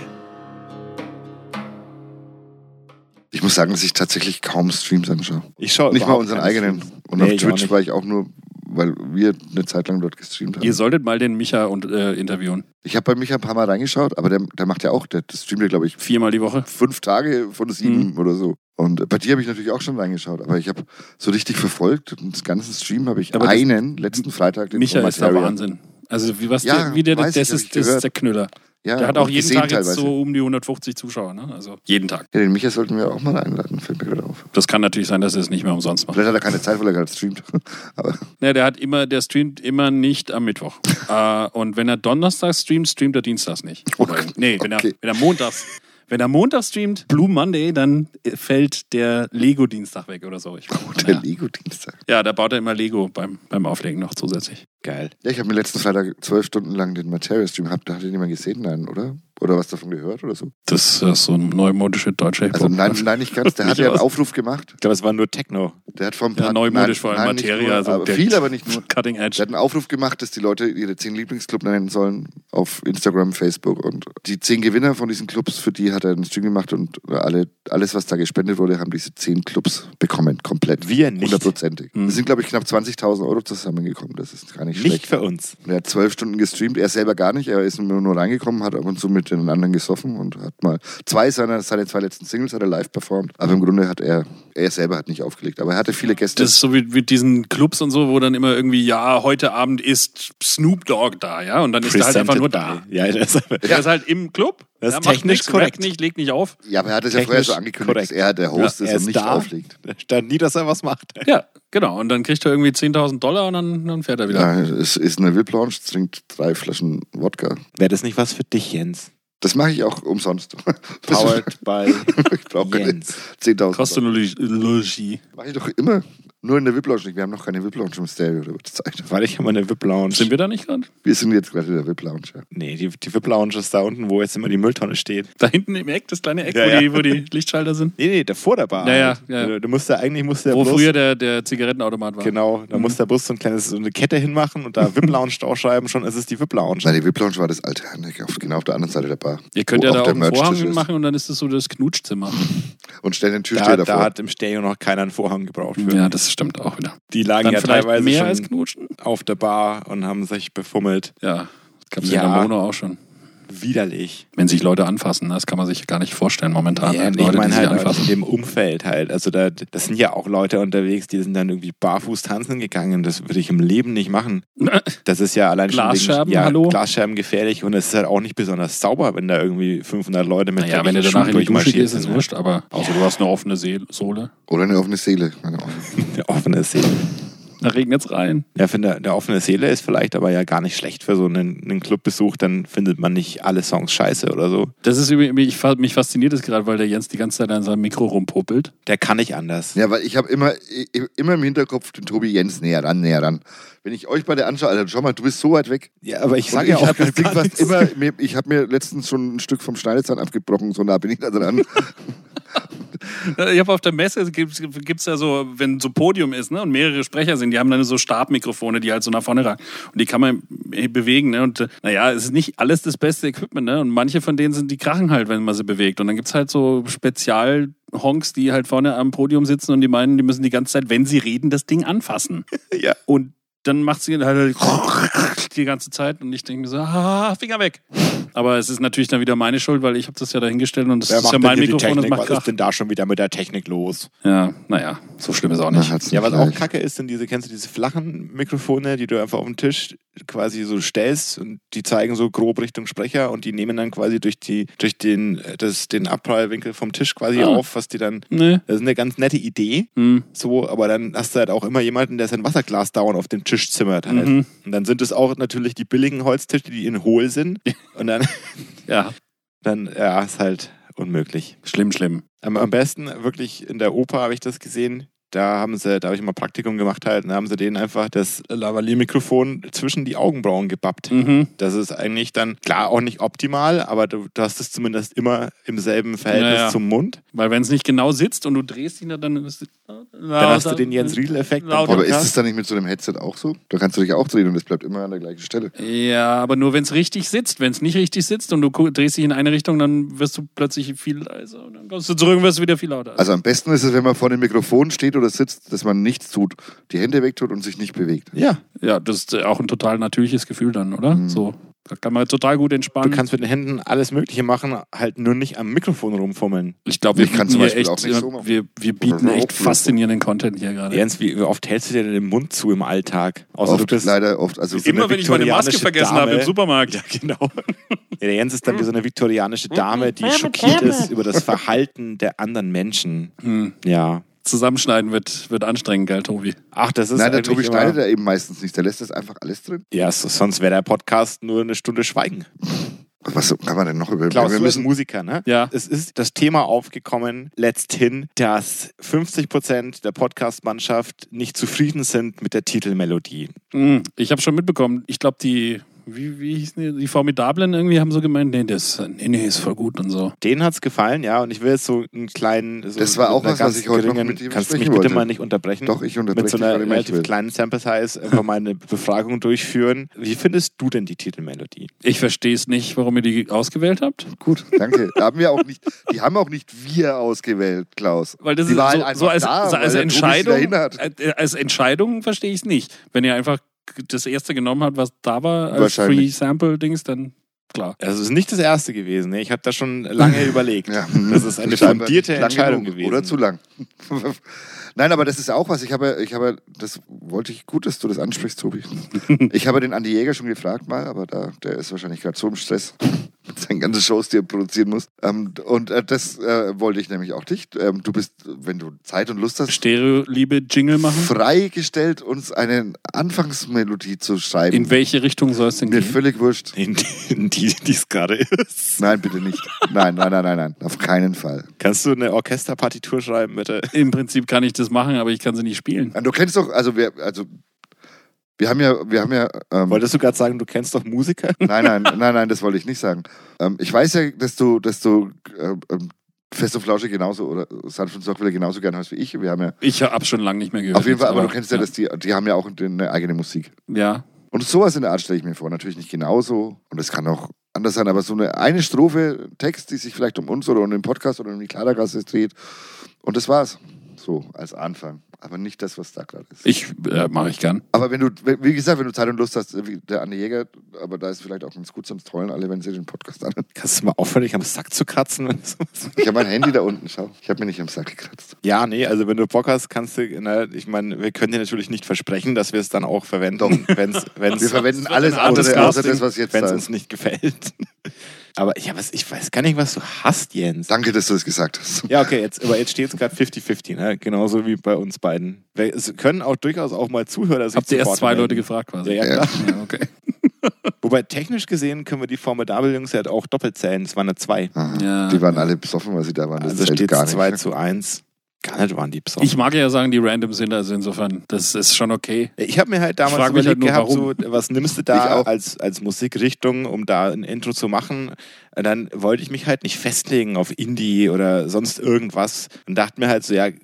Ich muss sagen, dass ich tatsächlich kaum Streams anschaue. Ich schaue Nicht mal überhaupt unseren keine eigenen. Streams. Und Nee, auf ich auch Twitch nicht. war ich auch nur, weil wir eine Zeit lang dort gestreamt haben. Ihr solltet mal den Micha und, äh, interviewen. Ich habe bei Micha ein paar Mal reingeschaut, aber der, der macht ja auch, der, der streamt ja, glaube ich, Viermal die Woche. fünf Tage von sieben Mhm. oder so. Und bei dir habe ich natürlich auch schon reingeschaut, aber ich habe so richtig verfolgt und das ganze Stream habe ich Aber das- einen letzten Freitag den Micha von ist der Materia. Wahnsinn. Also wie, was Ja, der, wie der, weiß das ich, hab ich ist, das ist gehört. der Knüller. Ja, der hat auch und jeden gesehen Tag jetzt teilweise. so um die 150 Zuschauer, ne? Also jeden Tag. Ja, den Micha sollten wir auch mal einladen, fällt mir gerade auf. Das kann natürlich sein, dass er es nicht mehr umsonst macht. Vielleicht hat er keine Zeit, weil er gerade streamt. aber Ne, der hat immer, der streamt immer nicht am Mittwoch. äh, und wenn er Donnerstag streamt, streamt er Dienstags nicht. Oder, nee, wenn, Oh Okay. er, wenn er montags. Wenn er Montag streamt, Blue Monday, dann äh, fällt der Lego-Dienstag weg oder so. Ich weiß nicht. der ja. Lego-Dienstag. ja, da baut er immer Lego beim, beim Auflegen noch zusätzlich. Geil. Ja, ich habe mir letzten Freitag zwölf Stunden lang den Materia-Stream gehabt. Da hat ihn jemand gesehen, nein, oder? Oder was davon gehört oder so? Das ist so ein neumodische deutsche Hip-Hop. Also nein, nein, nicht ganz. Der hat Nicht ja einen aus. Aufruf gemacht. Ich glaube, es war nur Techno. Der hat vor ein paar ja, neumodisch vor allem nein, nicht Materia. nur, also aber der- viel, aber nicht nur. Cutting Edge. Der hat einen Aufruf gemacht, dass die Leute ihre zehn Lieblingsclub nennen sollen auf Instagram, Facebook und die zehn Gewinner von diesen Clubs, für die hat er einen Stream gemacht und alle, alles, was da gespendet wurde, haben diese zehn Clubs bekommen, komplett. Wir nicht. Hundertprozentig. Es sind, glaube ich, knapp 20.000 Euro zusammengekommen. Das ist gar nicht, Nicht schlecht. für uns. Und Er hat zwölf Stunden gestreamt, er selber gar nicht. Er ist nur, nur reingekommen, hat ab und zu mit den anderen gesoffen und hat mal zwei seiner, seine zwei letzten Singles hat er live performt. Aber im Grunde hat er, er selber hat nicht aufgelegt. Aber er hatte viele Gäste. Das ist so wie mit diesen Clubs und so, wo dann immer irgendwie, ja, heute Abend ist Snoop Dogg da, ja, und dann ist er halt einfach nur da. by- Ja, das Er ist halt im Club. Das er ist macht technisch nichts, korrekt. rappt nicht, legt nicht auf. Ja, aber er hat es ja vorher so Technisch angekündigt, korrekt. dass er der Host Ja, ist er und nicht da. auflegt. Da stand nie, dass er was macht. Ja, genau. Und dann kriegt er irgendwie 10.000 Dollar und dann, dann fährt er wieder. Ja, es ist eine VIP Lounge, trinkt drei Flaschen Wodka. Wäre das nicht was für dich, Jens? Das mache ich auch umsonst. Powered by ich brauche keine Jens. 10.000. Kostet nur Log- Logie. Mache ich doch immer. Nur in der VIP Lounge nicht. Wir haben noch keine VIP Lounge im Stereo, da wird Zeit. War ich immer eine VIP-Lounge? Sind wir da nicht gerade? Wir sind jetzt gerade in der VIP Lounge. Ja. Nee, die, die VIP-Lounge ist da unten, wo jetzt immer die Mülltonne steht. Da hinten im Eck, das kleine Eck, Ja, wo, ja. Die, wo die Lichtschalter sind. Nee, nee, davor der Bar. Ja, ja, halt. ja. Du, du musst da eigentlich, musst du ja wo bloß, früher Mhm. der, der Zigarettenautomat war. Genau, da muss der Bus so, ein kleines, so eine Kette hinmachen und da VIP-Lounge draufschreiben, schon ist es die VIP-Lounge. Nein, die VIP Lounge war das alte Herrenheck, auf, genau auf der anderen Seite der Bar. Ihr könnt Wo ja da auch der einen Vorhang Merch-Tisch ist. machen und dann ist das so das Knutschzimmer. Und stellen den Da, Türsteher da davor. hat im Stereo noch keiner einen Vorhang gebraucht. Für. Ja, das stimmt auch wieder. Die lagen Dann ja vielleicht teilweise mehr schon als knutschen. auf der Bar und haben sich befummelt. Ja, das gab es Ja. in der Mono auch schon. Widerlich. wenn sich Leute anfassen. ne? Das kann man sich gar nicht vorstellen momentan. Ja, ne? ich Leute, die meine sich halt in anfassen. dem Umfeld halt. Also da, das sind ja auch Leute unterwegs, die sind dann irgendwie barfuß tanzen gegangen. Das würde ich im Leben nicht machen. Das ist ja allein schon Glasscherben, ja, hallo? Glasscherben gefährlich und es ist halt auch nicht besonders sauber, wenn da irgendwie 500 Leute mit Naja, wenn du dreckigen danach in die Schuhen Dusche durchmarschiert gehst, ist sind, wurscht, aber außer du hast eine offene See- Sohle. Oder eine offene Seele. Meine Ordnung. ne? Offene Seele. Da regnet's rein. Ja, finde eine offene Seele ist vielleicht aber ja gar nicht schlecht für so einen, einen Clubbesuch, dann findet man nicht alle Songs scheiße oder so. Das ist übrigens, ich, fa- mich fasziniert es gerade, weil der Jens die ganze Zeit an seinem Mikro rumpuppelt. Der kann nicht anders. Ja, weil ich habe immer, i- i- immer im Hinterkopf den Tobi Jens näher ran, näher ran. Wenn ich euch bei der anschaue, Alter, schau mal, du bist so weit weg. Ja, aber ich Und sage ja ich auch hab das Ding gar fast nichts. immer, mir- ich habe mir letztens schon ein Stück vom Schneidezahn abgebrochen, so nah bin ich da dran. Ich habe auf der Messe, gibt's gibt's ja so, wenn so Podium ist ne, und mehrere Sprecher sind, die haben dann so Stabmikrofone, die halt so nach vorne ragen. Und die kann man eh bewegen. Ne, und äh, naja, es ist nicht alles das beste Equipment. Ne, und manche von denen sind, die krachen halt, wenn man sie bewegt. Und dann gibt's halt so Spezial- Honks, die halt vorne am Podium sitzen und die meinen, die müssen die ganze Zeit, wenn sie reden, das Ding anfassen. Ja. Und dann macht sie halt die ganze Zeit und ich denke mir so, ah, Finger weg. Aber es ist natürlich dann wieder meine Schuld, weil ich habe das ja dahingestellt und das Wer ist macht ja denn mein hier die Mikrofon, das Technik? macht Was ist Krach. denn da schon wieder mit der Technik los? Ja, naja, so schlimm ist auch Man nicht. hat's Ja, nicht was auch leicht. kacke ist, sind diese, kennst du diese flachen Mikrofone, die du einfach auf den Tisch quasi so stellst und die zeigen so grob Richtung Sprecher und die nehmen dann quasi durch die, durch den, äh, das, den Abprallwinkel vom Tisch quasi Ah. auf, was die dann. Nee. Das ist eine ganz nette Idee, Hm. so, aber dann hast du halt auch immer jemanden, der sein Wasserglas dauernd auf dem Tisch zimmert. Halt. Mhm. Und dann sind es auch natürlich die billigen Holztische, die in hohl sind. Und dann, Ja, dann ja, ist halt unmöglich. schlimm, schlimm. Am, am besten wirklich in der Oper habe ich das gesehen. Da haben sie, da habe ich mal Praktikum gemacht halt, und da haben sie denen einfach das Lavalier-Mikrofon zwischen die Augenbrauen gebappt. Mhm. Das ist eigentlich dann klar auch nicht optimal, aber du, du hast es zumindest immer im selben Verhältnis Ja, ja. zum Mund. Weil wenn es nicht genau sitzt und du drehst ihn, dann ist Dann hast du den Jens Riedel-Effekt. im Lauter. Aber ist Podcast. es dann nicht mit so einem Headset auch so? Da kannst du dich auch drehen und es bleibt immer an der gleichen Stelle. Ja, aber nur wenn es richtig sitzt. Wenn es nicht richtig sitzt und du gu- drehst dich in eine Richtung, dann wirst du plötzlich viel leiser. Und dann kommst du zurück und wirst wieder viel lauter. Also am besten ist es, wenn man vor dem Mikrofon steht oder sitzt, dass man nichts tut, die Hände wegtut und sich nicht bewegt. ja, ja, das ist äh, auch ein total natürliches Gefühl dann, oder? So. Da kann man total gut Mhm. du entspannen. kannst mit den Händen alles Mögliche machen, halt nur nicht am Mikrofon rumfummeln. ich glaube, wir, Ich kann bieten zum hier Beispiel echt, auch nicht äh, so machen. wir, wir bieten Oder echt auflösen. faszinierenden Content hier gerade. Jens, wie wie oft hältst du dir denn den Mund zu im Alltag? Außer du oft, bist leider oft. Also Immer- eine viktorianische Dame. Supermarkt. Ja, genau. Ja, der Jens ist dann wie so eine Mhm. viktorianische Dame, die schockiert ist über das Verhalten der anderen Menschen. Hm. Ja. Zusammenschneiden wird, wird anstrengend, gell, Tobi? Ach, das ist Nein, der eigentlich Tobi immer- schneidet da eben meistens nicht. Der lässt das einfach alles drin. Ja, so, sonst wäre der Podcast nur eine Stunde Schweigen. Was kann man denn noch über Klaus, wir du bist müssen Musiker, ne? Ja. Es ist das Thema aufgekommen, letzthin, dass 50 Prozent der Podcast-Mannschaft nicht zufrieden sind mit der Titelmelodie. Hm, Ich habe schon mitbekommen. Ich glaube, die, wie, wie hießen die, die Formidablen irgendwie haben so gemeint, nee, das, nee, nee, ist voll gut und so. Denen hat's gefallen, ja, und ich will jetzt so einen kleinen. So Das war mit auch einer was, was ganz ich heute noch geringen- mit dir Kannst du mich besprechen bitte wollte. mal nicht unterbrechen? Doch, ich unterbreche mit so dich, einer weil ich relativ will. kleinen Sample Size einfach mal eine Befragung durchführen. Wie findest du denn die Titelmelodie? Ich verstehe es nicht, warum ihr die ausgewählt habt. Gut, danke. Da haben wir auch nicht, die haben auch nicht wir ausgewählt, Klaus. Weil das die ist war halt so, einfach so als, da, so weil als der Tobi sie Entscheidung. dahin hat. äh, Als Entscheidung verstehe ich es nicht. Wenn ihr einfach das erste genommen habt, was da war, als Wahrscheinlich. Free Sample Dings, dann klar. Also, es ist nicht das erste gewesen. Ne? Ich habe da schon lange überlegt. Ja. Das ist eine Scheinbar fundierte nicht lang Entscheidung genug gewesen. Oder zu lang. Nein, aber das ist auch was. Ich habe, ich habe, das wollte ich gut, dass du das ansprichst, Tobi. Ich habe den Andi Jäger schon gefragt mal, aber da, der ist wahrscheinlich gerade so im Stress mit seinen ganzen Shows, die er produzieren muss. Ähm, und äh, das äh, wollte ich nämlich auch dich. Ähm, du bist, wenn du Zeit und Lust hast, Stereo-Liebe Jingle machen. freigestellt, uns eine Anfangsmelodie zu schreiben. In welche Richtung soll es denn Mir gehen? völlig wurscht. In in die, die es gerade ist. Nein, bitte nicht. Nein, nein, nein, nein, nein. Auf keinen Fall. Kannst du eine Orchesterpartitur schreiben, bitte? Im Prinzip kann ich das machen, aber ich kann sie nicht spielen. Ah, Du kennst doch, also wir, also wir haben ja, wir haben ja. Ähm, Wolltest du gerade sagen, du kennst doch Musiker? nein, nein, nein, nein, das wollte ich nicht sagen. Ähm, ich weiß ja, dass du, dass du äh, ähm, Fest und Flausche genauso oder Sanft und Sorgwille genauso gern hörst wie ich. Wir haben ja Ich habe schon lange nicht mehr gehört. auf jeden Fall, aber du kennst ja, ja dass die, die haben ja auch eine eigene Musik. Ja, Und sowas in der Art stelle ich mir vor. Natürlich nicht genauso und es kann auch anders sein, aber so eine, eine Strophe Text, die sich vielleicht um uns oder um den Podcast oder um die Kleidergasse dreht. Und das war's. So, als Anfang. Aber nicht das, was da gerade ist. ich äh, mache ich gern. Aber wenn du, wie gesagt, wenn du Zeit und Lust hast, wie der Anne Jäger, aber da ist vielleicht auch ganz gut zum Trollen, alle, wenn sie den Podcast anhören. Kannst du mal aufhören, dich am Sack zu kratzen? wenn du sowas- Ich habe mein Handy da unten, schau. Ich habe mir nicht im Sack gekratzt. Ja, nee, also wenn du Bock hast, kannst du, na, ich meine, wir können dir natürlich nicht versprechen, dass wir es dann auch verwenden, wenn es Wir verwenden alles Art des andere, außer Casting, das, was jetzt da wenn's uns ist. nicht gefällt. Aber ja, was, ich weiß gar nicht, was du hast, Jens. Danke, dass du das gesagt hast. Ja, okay, jetzt, aber jetzt steht es gerade 50-50, ne? genauso wie bei uns beiden. Wir, es können auch durchaus auch mal Zuhörer sich Habt zu ihr erst Wort zwei melden. Leute gefragt quasi? Ja, ja, klar. Ja, okay. Wobei technisch gesehen können wir die Formidable Jungs ja auch doppelt zählen, es waren ja zwei. Aha. Ja. Die waren alle besoffen, weil sie da waren. Ah, Das Also zählt steht gar es nicht. ne? 2 zu 1. Gar nicht waren die besoffen. Ich mag ja sagen, die random sind, also insofern, das ist schon okay. Ich habe mir halt Ich damals frag mich überlegt halt nur, gehabt, so, was nimmst du Ich da auch. als, als Musikrichtung, um da ein Intro zu machen? Und dann wollte ich mich halt nicht festlegen auf Indie oder sonst irgendwas und dachte mir halt so, ja, K-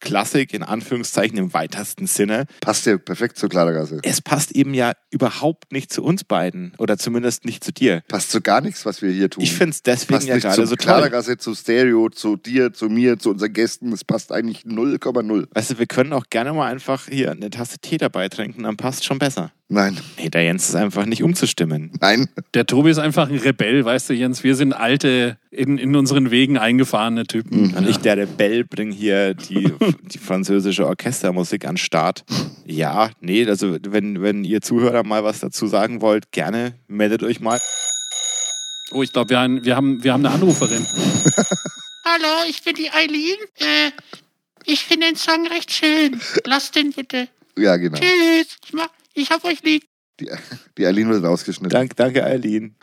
Klassik in Anführungszeichen im weitesten Sinne. Passt ja perfekt zu Clara Gasse. Es passt eben ja überhaupt nicht zu uns beiden oder zumindest nicht zu dir. Passt zu gar nichts, was wir hier tun. Ich finde es deswegen passt ja nicht gerade zu so Clara toll. Gasse, zu Stereo, zu dir, zu mir, zu unseren Gästen. Es passt eigentlich 0,0. Weißt du, wir können auch gerne mal einfach hier eine Tasse Tee dabei trinken, dann passt schon besser. Nein, Nee, der Jens ist einfach nicht umzustimmen. nein. Der Tobi ist einfach ein Rebell, weißt du, Jens? Wir sind alte, in, in unseren Wegen eingefahrene Typen. Also, Und ich, der Rebell, bringe hier die, die französische Orchestermusik an den Start. Ja, nee, also wenn, wenn ihr Zuhörer mal was dazu sagen wollt, gerne meldet euch mal. Oh, ich glaube, wir, haben- wir, haben, wir haben eine Anruferin. Hallo, ich bin die Eileen. Äh, ich finde den Song recht schön. Lasst den bitte. Ja, genau. Tschüss. Ich, mach, ich hab euch lieb. Die, die Aline wird rausgeschnitten, Dank, danke, Eileen.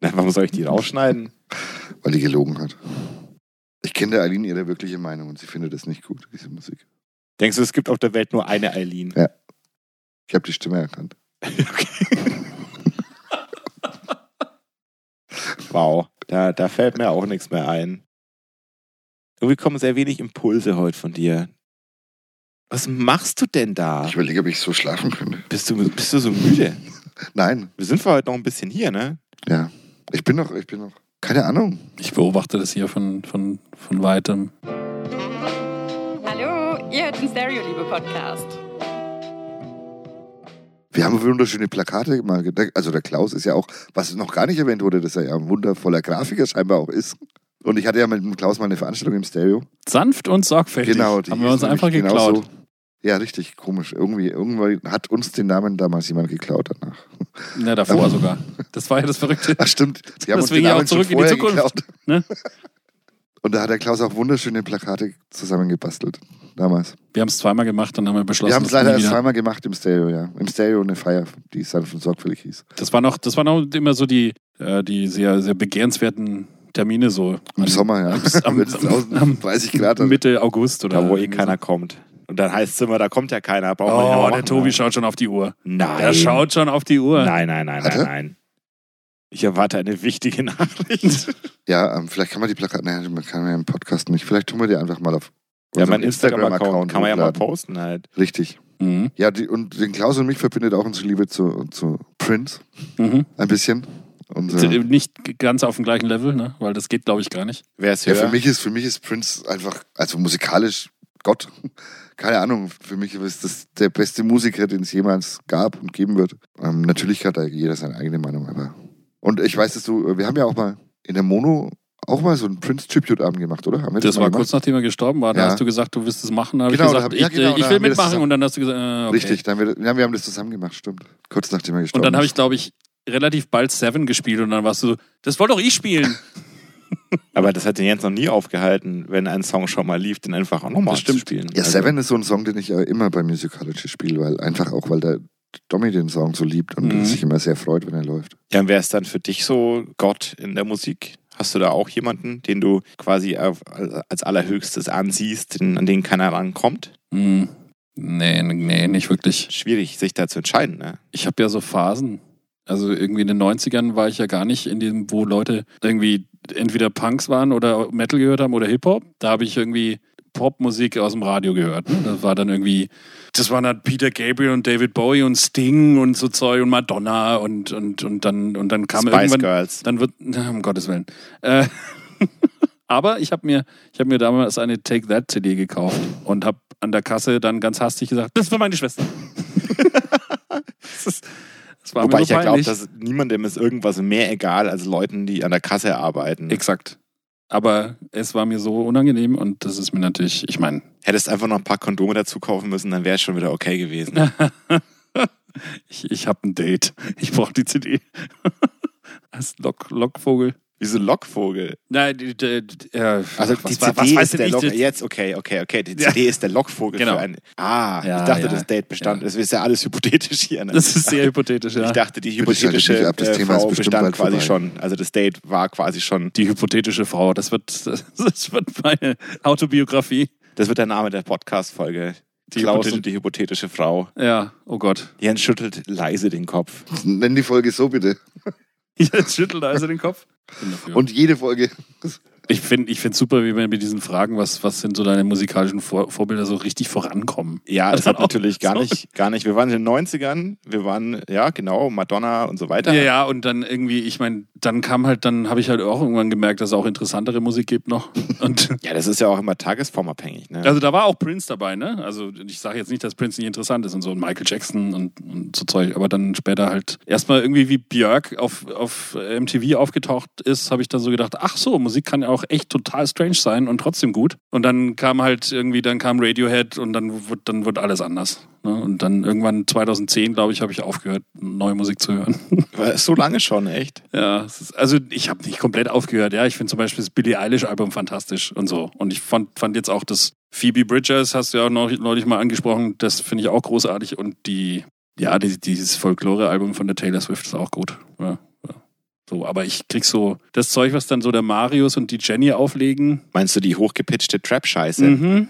Na, warum soll ich die rausschneiden? weil die gelogen hat. Ich kenne der Aline ihre wirkliche Meinung und sie findet es nicht gut, diese Musik. Denkst du, es gibt auf der Welt nur eine Eileen? Ich habe die Stimme erkannt. Wow, da, da fällt mir auch nichts mehr ein. Irgendwie kommen sehr wenig Impulse heute von dir. Was machst du denn da? Ich überlege, ob ich so schlafen könnte. Bist du, bist du so müde? Nein, Wir sind für heute noch ein bisschen hier, ne? ja. Ich bin noch, ich bin noch. Keine Ahnung. Ich beobachte das hier von, von, von weitem. Hallo, ihr hört den Stereo-Liebe-Podcast. Wir haben wunderschöne Plakate mal gedeckt. Also der Klaus ist ja auch, was noch gar nicht erwähnt wurde, dass er ja ein wundervoller Grafiker scheinbar auch ist. Und ich hatte ja mit dem Klaus mal eine Veranstaltung im Stereo. Sanft und sorgfältig. Genau, die Haben wir hieß uns einfach nämlich geklaut. genauso. Ja, richtig komisch. Irgendwie, irgendwie hat uns den Namen damals jemand geklaut danach. Ja, davor sogar. Das war ja das Verrückte. Ach stimmt, sie haben uns den Deswegen ja auch Namen schon zurück in die vorher Zukunft, geklaut. ne? Und da hat der Klaus auch wunderschöne Plakate zusammengebastelt damals. Wir haben es zweimal gemacht und haben wir beschlossen, Wir haben es das leider nie erst wieder- zweimal gemacht im Stereo, ja. Im Stereo eine Feier, die sanft und sorgfältig hieß. Das war noch, das waren auch immer so die, äh, die sehr, sehr begehrenswerten Termine so. Im An- Sommer, ja. am- Wenn es draußen am- 30 Grad hat. Mitte August oder Da, wo eh irgendwie keiner kommt. Und dann heißt es immer, da kommt ja keiner. Braucht man nicht So. noch Oh, der machen, Tobi ne? schaut schon auf die Uhr. Nein. Der schaut schon auf die Uhr. Nein, nein, nein, Hat nein, er? nein. Ich erwarte eine wichtige Nachricht. Ja, ähm, vielleicht kann man die Plakate, naja, man kann ja im Podcast nicht. Vielleicht tun wir die einfach mal auf ja, unserem mein Instagram-Account kann man ja mal hochladen. posten halt. Richtig. Mhm. Ja, die, und den Klaus und mich verbindet auch unsere Liebe zu, zu Prince Mhm. ein bisschen. Unser, T- Nicht ganz auf dem gleichen Level, ne? weil das geht, glaube ich, gar nicht. Wer ist ja, höher? für mich ist für mich ist Prince einfach, also musikalisch Gott. Keine Ahnung, für mich ist das der beste Musiker, den es jemals gab und geben wird. Ähm, natürlich hat da jeder seine eigene Meinung, aber. Und ich weiß, dass du, wir haben ja auch mal in der Mono auch mal so einen Prince-Tribute-Abend gemacht, oder? Haben wir Das, mal war gemacht? kurz nachdem er gestorben war. Da Ja. hast du gesagt, du wirst es machen. Da habe Genau, ich da gesagt, hab- ja, ich, genau, äh, ich da will haben wir das mitmachen. zusammen- Und dann hast du gesagt, äh, okay. Richtig, dann haben wir, ja, wir haben das zusammen gemacht, stimmt. Kurz nachdem er Und gestorben dann habe ich, ist. glaube ich, relativ bald Seven gespielt und dann warst du so, das wollte doch ich spielen. Aber das hat den Jens noch nie aufgehalten, wenn ein Song schon mal lief, den einfach auch nochmal Das stimmt. zu spielen. Also Also Ja, Seven ist so ein Song, den ich ja immer bei Musicalogy spiele, weil einfach auch, weil der Tommy den Song so liebt und Mhm. sich immer sehr freut, wenn er läuft. Ja, und wer ist dann für dich so Gott in der Musik? Hast du da auch jemanden, den du quasi auf, als allerhöchstes ansiehst, den, an den keiner rankommt? Mm. Hm. Nee, nee, nicht wirklich. Schwierig, sich da zu entscheiden, ne? Ich habe ja so Phasen. Also irgendwie in den 90ern war ich ja gar nicht in dem, wo Leute irgendwie entweder Punks waren oder Metal gehört haben oder Hip-Hop. Da habe ich irgendwie Popmusik aus dem Radio gehört. ne? Das war dann irgendwie, das waren halt Peter Gabriel und David Bowie und Sting und so Zeug und Madonna und, und, und dann, und dann kam Spice irgendwann, Girls. dann wird, na, um Gottes Willen. Äh, aber ich habe mir, ich hab mir damals eine Take That CD gekauft und habe an der Kasse dann ganz hastig gesagt, das ist für meine Schwester. das, ist, das war Wobei mir ich ja glaube, peinlich. dass niemandem ist irgendwas mehr egal als Leuten, die an der Kasse arbeiten. Exakt. Aber es war mir so unangenehm und das ist mir natürlich, ich meine, Hättest einfach noch ein paar Kondome dazu kaufen müssen, dann wäre es schon wieder okay gewesen. ich, ich habe ein Date. Ich brauche die CD. Als Lock, Lockvogel. Wie so ein Lockvogel. Nein, die, die, die, äh, Also was- die was- CD was weiß ist der ich, Lock das- Jetzt, okay, okay, okay. Die Ja. CD ist der Lockvogel Genau. für einen. Ah, Ja, ich dachte, ja. das Date bestand. Ja. Das ist ja alles hypothetisch hier. Ne? Das ist sehr hypothetisch, ja. Ich dachte, die Bitte schaltet hypothetische nicht ab, das äh, Thema ist Frau bestimmt bestand bald quasi vorbei. schon. Also das Date war quasi schon. die hypothetische Frau. Das wird, das wird meine Autobiografie. Das wird der Name der Podcast-Folge. Die Klaus hypothet- und die hypothetische Frau. Ja, oh Gott. Jens schüttelt leise den Kopf. Nenn die Folge so bitte. Jetzt schüttelt er also den Kopf. Bin dafür. Und jede Folge. ich finde ich find super, wie wir mit diesen Fragen, was, was sind so deine musikalischen Vor Vorbilder, so richtig vorankommen. Ja, das hat Also, natürlich gar so. nicht, gar nicht. Wir waren in den 90ern, wir waren, ja, genau, Madonna und so weiter. Ja, ja, und dann irgendwie, ich meine, dann kam halt, dann habe ich halt auch irgendwann gemerkt, dass es auch interessantere Musik gibt noch. Und Ja, das ist ja auch immer tagesformabhängig. Ne? also da war auch Prince dabei, ne? Also ich sage jetzt nicht, dass Prince nicht interessant ist und so und Michael Jackson und, und so Zeug, aber dann später halt erstmal irgendwie wie Björk auf, auf MTV aufgetaucht ist, habe ich dann so gedacht, ach so, Musik kann ja auch echt total strange sein und trotzdem gut. Und dann kam halt irgendwie, dann kam Radiohead und dann wird, dann wird alles anders. Ne? Und dann irgendwann 2010, glaube ich, habe ich aufgehört, neue Musik zu hören. War so lange schon, echt. Ja, es ist, also ich habe nicht komplett aufgehört. Ja, ich finde zum Beispiel das Billie Eilish-Album fantastisch und so. Und ich fand, fand jetzt auch das Phoebe Bridgers, hast du ja auch neulich, neulich mal angesprochen, das finde ich auch großartig. Und die, ja, die, dieses Folklore-Album von der Taylor Swift ist auch gut. Ja, ja. So, aber ich krieg so das Zeug, was dann so der Marius und die Jenny auflegen. Meinst du die hochgepitchte Trap-Scheiße? Mhm.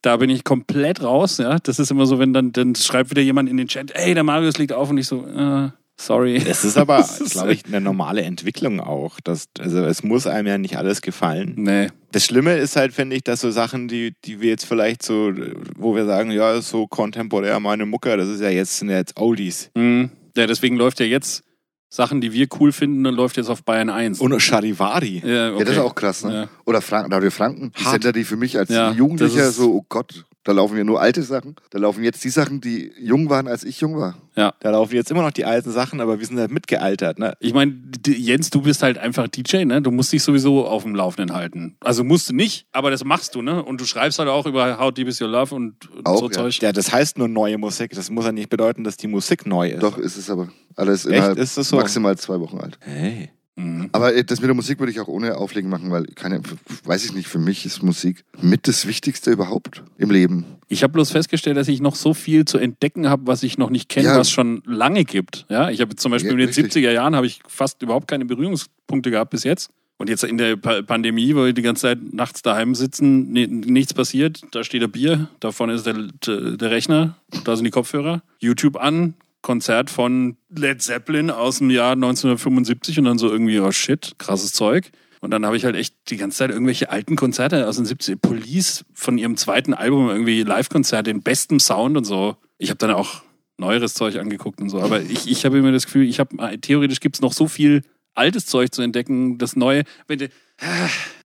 Da bin ich komplett raus, ja. Das ist immer so, wenn dann, dann schreibt wieder jemand in den Chat, ey, der Marius liegt auf und ich so, äh, sorry. Das ist aber, Das ist- glaube ich, eine normale Entwicklung auch. Dass, also es muss einem ja nicht alles gefallen. Nee. Das Schlimme ist halt, finde ich, dass so Sachen, die, die wir jetzt vielleicht so, wo wir sagen, ja, ist so kontemporär meine Mucke, das ist ja jetzt, sind ja jetzt Oldies. Mhm. Ja, deswegen läuft ja jetzt Sachen, die wir cool finden, dann läuft jetzt auf Bayern 1. Und Charivari. ja, okay. Ja, das ist auch krass, ne? Ja. Oder Frank Radio Franken, die Hart. Sender, die für mich als Ja, das Jugendlicher ist- so, oh Gott, da laufen ja nur alte Sachen. Da laufen jetzt die Sachen, die jung waren, als ich jung war. Da laufen jetzt immer noch die alten Sachen, aber wir sind halt mitgealtert. Ne? Ich meine, d- Jens, du bist halt einfach DJ, ne? Du musst dich sowieso auf dem Laufenden halten. Also musst du nicht, aber das machst du, ne? Und du schreibst halt auch über How Deep Is Your Love und, und Auch, so ja. Zeug. Ja, das heißt nur neue Musik. Das muss ja nicht bedeuten, dass die Musik neu ist. Doch, ist es aber. Alles Echt? innerhalb Ist es so? maximal zwei Wochen alt. Hey. Mhm. Aber äh, das mit der Musik würde ich auch ohne Auflegen machen, weil, keine, weiß ich nicht, für mich ist Musik mit das Wichtigste überhaupt im Leben. Ich habe bloß festgestellt, dass ich noch so viel zu entdecken habe, was ich noch nicht kenne, Ja. was schon lange gibt. Ja, ich habe zum Beispiel Ja, in den richtig. 70er Jahren habe ich fast überhaupt keine Berührungspunkte gehabt bis jetzt. Und jetzt in der Pa- Pandemie, wo wir die ganze Zeit nachts daheim sitzen, ni- nichts passiert, da steht der Bier, da vorne ist der, der Rechner, da sind die Kopfhörer, YouTube an, Konzert von Led Zeppelin aus dem Jahr 1975 und dann so irgendwie, oh shit, krasses Zeug. Und dann habe ich halt echt die ganze Zeit irgendwelche alten Konzerte aus den 70 Police von ihrem zweiten Album, irgendwie Live-Konzerte in bestem Sound und so. Ich habe dann auch neueres Zeug angeguckt und so. Aber ich, ich habe immer das Gefühl, ich habe theoretisch gibt es noch so viel altes Zeug zu entdecken, das Neue. Wenn die,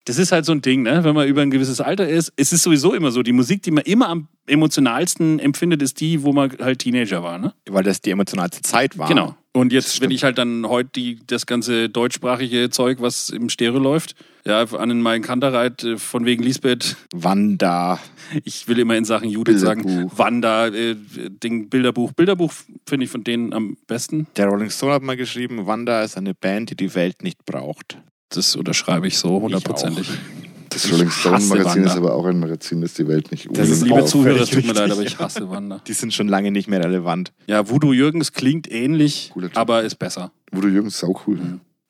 das ist halt so ein Ding, ne? wenn man über ein gewisses Alter ist. Es ist sowieso immer so, die Musik, die man immer am emotionalsten empfindet, ist die, wo man halt Teenager war. Ne? Weil das die emotionalste Zeit war. Genau. Und jetzt, wenn ich halt dann heute die, das ganze deutschsprachige Zeug, was im Stereo läuft, ja, an den Main Kanterreit äh, von wegen Lisbeth, Wanda. ich will immer in Sachen Judith sagen, Bilderbuch. Wanda, äh, Ding, Bilderbuch. Bilderbuch finde ich von denen am besten. Der Rolling Stone hat mal geschrieben, Wanda ist eine Band, die die Welt nicht braucht. Das unterschreibe ich so hundertprozentig. Das Ich Rolling Stone hasse Magazin Wanda. ist aber auch ein Magazin, das die Welt nicht Das ist unbedingt Liebe auch braucht. Zuhörer, völlig tut mir leid, richtig. aber ich hasse Wanda. Die sind schon lange nicht mehr relevant. Ja, Voodoo Jürgens klingt ähnlich, Cooler Typ. aber ist besser. Voodoo Jürgens, sau cool.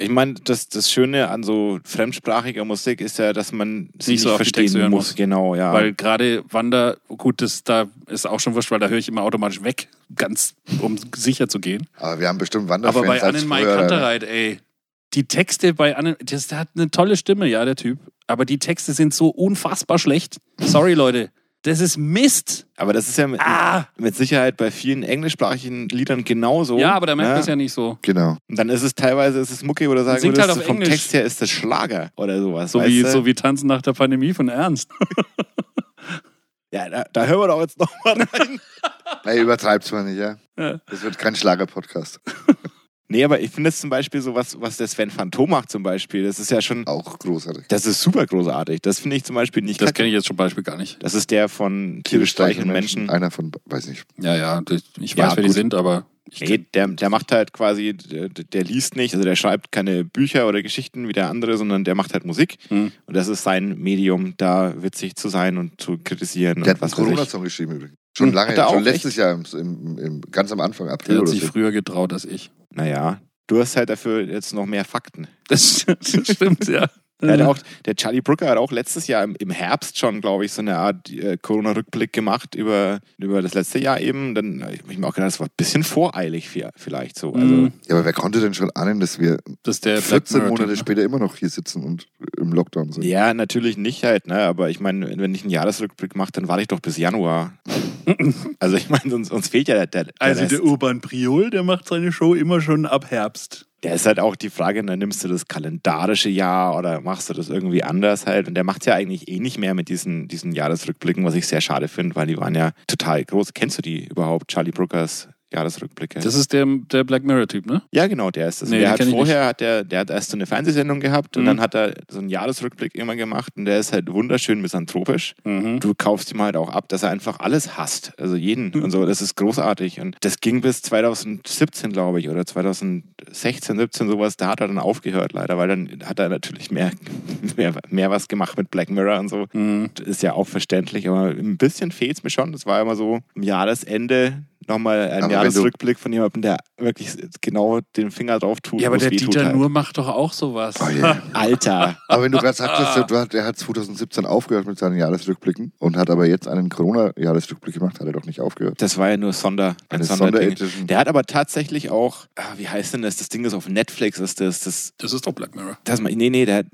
Ich meine, das, das Schöne an so fremdsprachiger Musik ist ja, dass man sie nicht, Nicht so auf die verstehen Texte hören muss. muss. Genau, ja. Weil gerade Wanda, gut, das da ist auch schon wurscht, weil da höre ich immer automatisch weg, ganz um sicher zu gehen. Aber wir haben bestimmt Wanderfans Aber bei als Annen Mai Zuhörer. Kantereit, ne? ey, die Texte bei Annen, das der hat eine tolle Stimme, ja, der Typ. Aber die Texte sind so unfassbar schlecht. Sorry, Leute. Das ist Mist. aber das ist ja mit, Ah! mit Sicherheit bei vielen englischsprachigen Liedern genauso. Ja, aber da merkt man es ne? ja nicht so. Genau. Und dann ist es teilweise ist es Mucke oder sagen Singt würdest, halt du, auf vom Englisch. Text her ist das Schlager oder sowas. So weißt wie, du? so wie Tanzen nach der Pandemie von Ernst. ja, da, da hören wir doch jetzt nochmal rein. Ey, übertreibt's mal nicht, ja? Ja. Das wird kein Schlager-Podcast. nee, aber ich finde es zum Beispiel so was, was der Sven Phantom macht zum Beispiel. Das ist ja schon, Auch großartig. das ist super großartig. Das finde ich zum Beispiel nicht Das kacke. kenne ich jetzt zum Beispiel gar nicht. Das ist der von Tiere streichen Menschen. Einer von, weiß nicht. Ja, ja, ich weiß, Ja, wer die gut. sind, aber ich Nee, der, der macht halt quasi, der, der liest nicht, also der schreibt keine Bücher oder Geschichten wie der andere, sondern der macht halt Musik. Hm. Und das ist sein Medium, da witzig zu sein und zu kritisieren. Der und hat einen was weiß ich. Corona-Song geschrieben übrigens. Schon Hm, lange, hat er schon auch, letztes Jahr, im, im, im, ganz am Anfang, Der April hat oder sich so. früher getraut als ich. Naja, du hast halt dafür jetzt noch mehr Fakten. Das, stimmt, ja. Der, hat auch, der Charlie Brooker hat auch letztes Jahr im, im Herbst schon, glaube ich, so eine Art äh, Corona-Rückblick gemacht über, über das letzte Jahr eben. Dann habe ich hab mir auch gedacht, das war ein bisschen voreilig vi- vielleicht so. Also, Mhm. Ja, aber wer konnte denn schon ahnen, dass Äh, wir Das ist der 14 Black Monate Mirror-Typ, später immer noch hier sitzen und im Lockdown sind? ne? ja, natürlich nicht halt, ne? aber ich meine, wenn ich einen Jahresrückblick mache, dann warte ich doch bis Januar. also ich meine, uns, uns fehlt ja der, der, der Also Rest. der Urban Priol, der macht seine Show immer schon ab Herbst. Der ist halt auch die Frage, dann nimmst du das kalendarische Jahr oder machst du das irgendwie anders halt. Und der macht ja eigentlich eh nicht mehr mit diesen, diesen Jahresrückblicken, was ich sehr schade finde, weil die waren ja total groß. Kennst du die überhaupt, Charlie Brookers Jahresrückblicke? ne? Das ist der, der Black Mirror-Typ, ne? ja, genau, der ist das. Nee, der den hat kenn ich vorher, hat der, der hat erst so eine Fernsehsendung gehabt und Mhm. dann hat er so einen Jahresrückblick immer gemacht und der ist halt wunderschön misanthropisch. Mhm. Du kaufst ihm halt auch ab, dass er einfach alles hasst. Also jeden Mhm. und so. Das ist großartig. Und das ging bis 2017, glaube ich, oder 2016, 17, sowas. Da hat er dann aufgehört, leider, weil dann hat er natürlich mehr, mehr, mehr was gemacht mit Black Mirror und so. Mhm. Das Ist ja auch verständlich, aber ein bisschen fehlt es mir schon. Das war immer so im Jahresende. Nochmal ein Aber wenn Jahresrückblick von jemandem, der wirklich genau den Finger drauf tut. Ja, aber wo es der weh tut Dieter halt. Nur macht doch auch sowas. Oh, yeah. Alter. Aber wenn du gerade sagtest, der- du hat- der hat 2017 aufgehört mit seinen Jahresrückblicken und hat aber jetzt einen Corona-Jahresrückblick gemacht, hat er doch nicht aufgehört. Das war ja nur Sonder, ein Eine Sonderding. Sonderedition. Der hat aber tatsächlich auch, ah, wie heißt denn das? Das Ding ist auf Netflix, ist das, das, Das ist doch Black Mirror. das nee, nee, der, hat-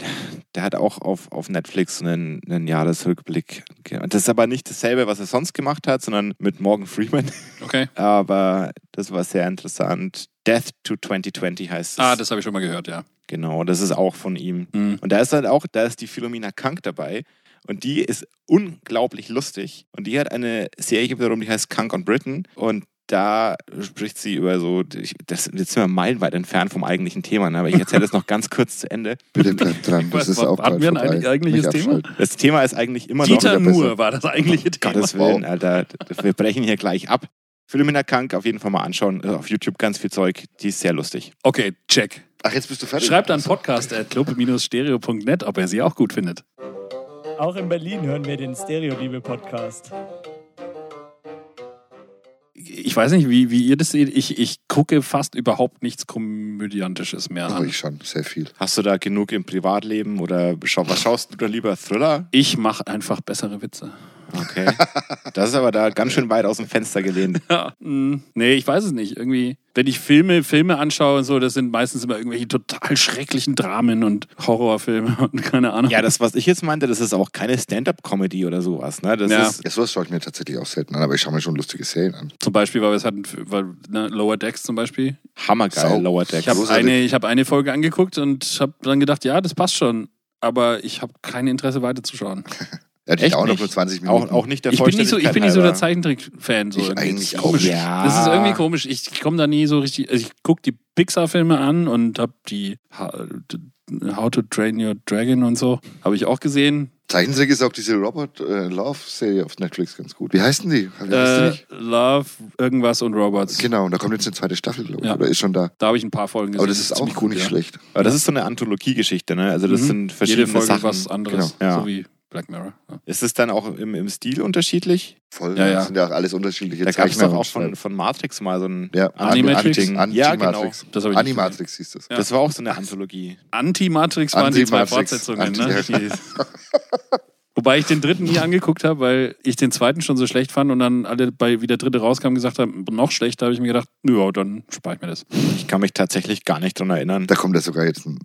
der hat auch auf, auf Netflix einen, einen Jahresrückblick. ge- Das ist aber nicht dasselbe, was er sonst gemacht hat, sondern mit Morgan Freeman. Okay. Aber das war sehr interessant. Death to 2020 heißt es. Ah, das habe ich schon mal gehört, ja. Genau, das ist auch von ihm. Mhm. Und da ist halt auch, da ist die Philomena Kank dabei. Und die ist unglaublich lustig. Und die hat eine Serie wiederum, die heißt Kank on Britain. Und da spricht sie über so, ich- das, jetzt sind wir meilenweit entfernt vom eigentlichen Thema, ne? aber ich erzähle das noch ganz kurz zu Ende. Bitte bleib dran, das weiß, ist wa- auch hatten bald wir ein vorbei. eig- eigentliches Nicht Thema? abschalten. Das Thema ist eigentlich immer noch. Dieter wieder besser. Nur war das eigentliche Thema. Gottes Willen, Alter. Wir brechen hier gleich ab. Philomena Kank auf jeden Fall mal anschauen. Also Auf YouTube ganz viel Zeug. Die ist sehr lustig. Okay, check. Ach, jetzt bist du fertig? Also, Schreibt an podcast.club-stereo.net, ob er sie auch gut findet. Auch in Berlin hören wir den Stereo-Liebe-Podcast. Ich weiß nicht, wie, wie ihr das seht. Ich, ich gucke fast überhaupt nichts Komödiantisches mehr Aber an. ich schon, sehr viel. Hast du da genug im Privatleben oder schau, was schaust du da lieber? Thriller? Ich mache einfach bessere Witze. Okay. Das ist aber da ganz schön weit aus dem Fenster gelehnt. Ja. mm, Nee, ich weiß es nicht. Irgendwie, wenn ich Filme, Filme anschaue und so, das sind meistens immer irgendwelche total schrecklichen Dramen und Horrorfilme und keine Ahnung. Ja, das, was ich jetzt meinte, das ist auch keine Stand-up-Comedy oder sowas. Ne? Das Ja. ist, Ja, sowas schaue ich mir tatsächlich auch selten an, aber ich schaue mir schon lustige Serien an. Zum Beispiel, weil wir es hatten, weil, ne, Lower Decks zum Beispiel. hammergeil, Sau. Lower Decks. Ich habe Großartig. eine, ich hab eine Folge angeguckt und habe dann gedacht, ja, das passt schon. Aber ich habe kein Interesse weiterzuschauen. Ja, die Echt dauern doch nicht? nur 20 Minuten. auch, auch nicht der Ich bin nicht so, ich bin nicht so der Zeichentrick-Fan. So Ich irgendwie. eigentlich Das ist auch komisch. nicht. Ah. Ja. Das ist irgendwie komisch. Ich komme da nie so richtig. Also ich gucke die Pixar-Filme an und habe die Ha- How to Train Your Dragon und so. Habe ich auch gesehen. Zeichentrick ist auch diese Robert äh, Love-Serie auf Netflix ganz gut. Wie heißen die? Wie heißt die Äh, nicht? Love, irgendwas und Robots. Genau, und da kommt jetzt eine zweite Staffel, glaube ich, Ja. oder ist schon da. Da habe ich ein paar Folgen gesehen. Aber das ist auch ziemlich gut, nicht ja. schlecht. Aber das ist so eine Anthologie-Geschichte. Ne? Also das Mhm. sind Jede verschiedene Folge Sachen. was anderes. Genau. Ja. So wie Black Mirror. Ja. Ist es dann auch im, im Stil unterschiedlich? Voll, Ja, ja. das sind ja auch alles unterschiedliche Da gab es Zeichner doch auch und von, Schreiber. von Matrix mal so ein ja. Animatrix? Anti- Anti- Ja, genau. Antimatrix. Das habe ich nicht gesehen. Animatrix hieß das. Ja. Das war auch so eine Anthologie. Anti-Matrix waren die zwei Anti-Matrix. Fortsetzungen. Ne? Anti- Die, wobei ich den dritten nie angeguckt habe, weil ich den zweiten schon so schlecht fand und dann alle, bei, wie der dritte rauskam, gesagt haben, noch schlechter, habe ich mir gedacht, ja, dann spare ich mir das. Ich kann mich tatsächlich gar nicht dran erinnern. Da kommt ja sogar jetzt ein,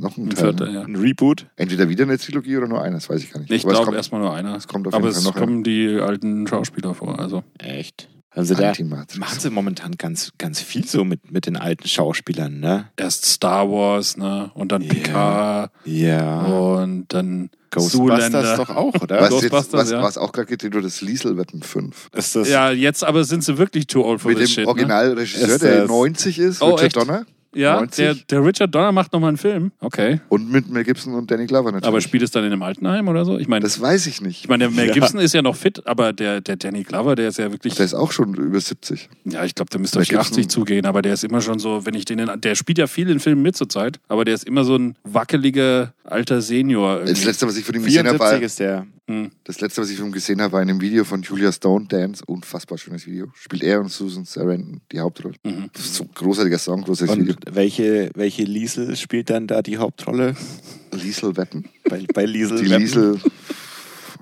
noch ein Ein Teil. ne? vierter, ja. Ein Reboot? Entweder wieder eine Trilogie oder nur eines, weiß ich gar nicht. Ich Aber es glaube kommt erstmal nur einer. es kommt auf Aber jeden Fall es noch kommen die alten Schauspieler vor. Also. Echt? Also da Antimatrix. machen sie momentan ganz, ganz viel so mit, mit den alten Schauspielern, ne? Erst Star Wars, ne? Und dann Ja. Picard Ah. Ja. und dann Ghostbusters Oh, Zoolander. doch auch, oder? Was, jetzt, Ghostbusters, was, ja. was auch gerade getitelt wird, ist Liesel Weapon 5. Ist das Ja, jetzt aber sind sie wirklich too old for Mit dem this shit. Ne? Originalregisseur, Ist der das- 90 ist, Oh, Richard echt? Donner. Ja, 90. der, der Richard Donner macht nochmal einen Film. Okay. Und mit Mel Gibson und Danny Glover natürlich. Aber spielt es dann in einem Altenheim oder so? Ich meine, das weiß ich nicht. Ich meine, der Mel Gibson ist ja noch fit, aber der, der Danny Glover, der ist ja wirklich. der ist auch schon über 70. ja, ich glaube, der müsste Mel auf die Gibson- 80 zugehen, aber der ist immer schon so, wenn ich den. in- Der spielt ja viel in Filmen mit zur Zeit, aber der ist immer so ein wackeliger alter Senior. Das Irgendwie. letzte, was ich von ihm gesehen habe, war 74 ist der. Hm. Das letzte, was ich von ihm gesehen habe, war in einem Video von Julia Stone, Dance, unfassbar schönes Video. Spielt er und Susan Sarandon die Hauptrolle. Mhm. So ein großartiger Song, großes Video. Und welche, welche Liesel spielt dann da die Hauptrolle? Liesel Wetten. Bei, bei Liesel. Die Liesel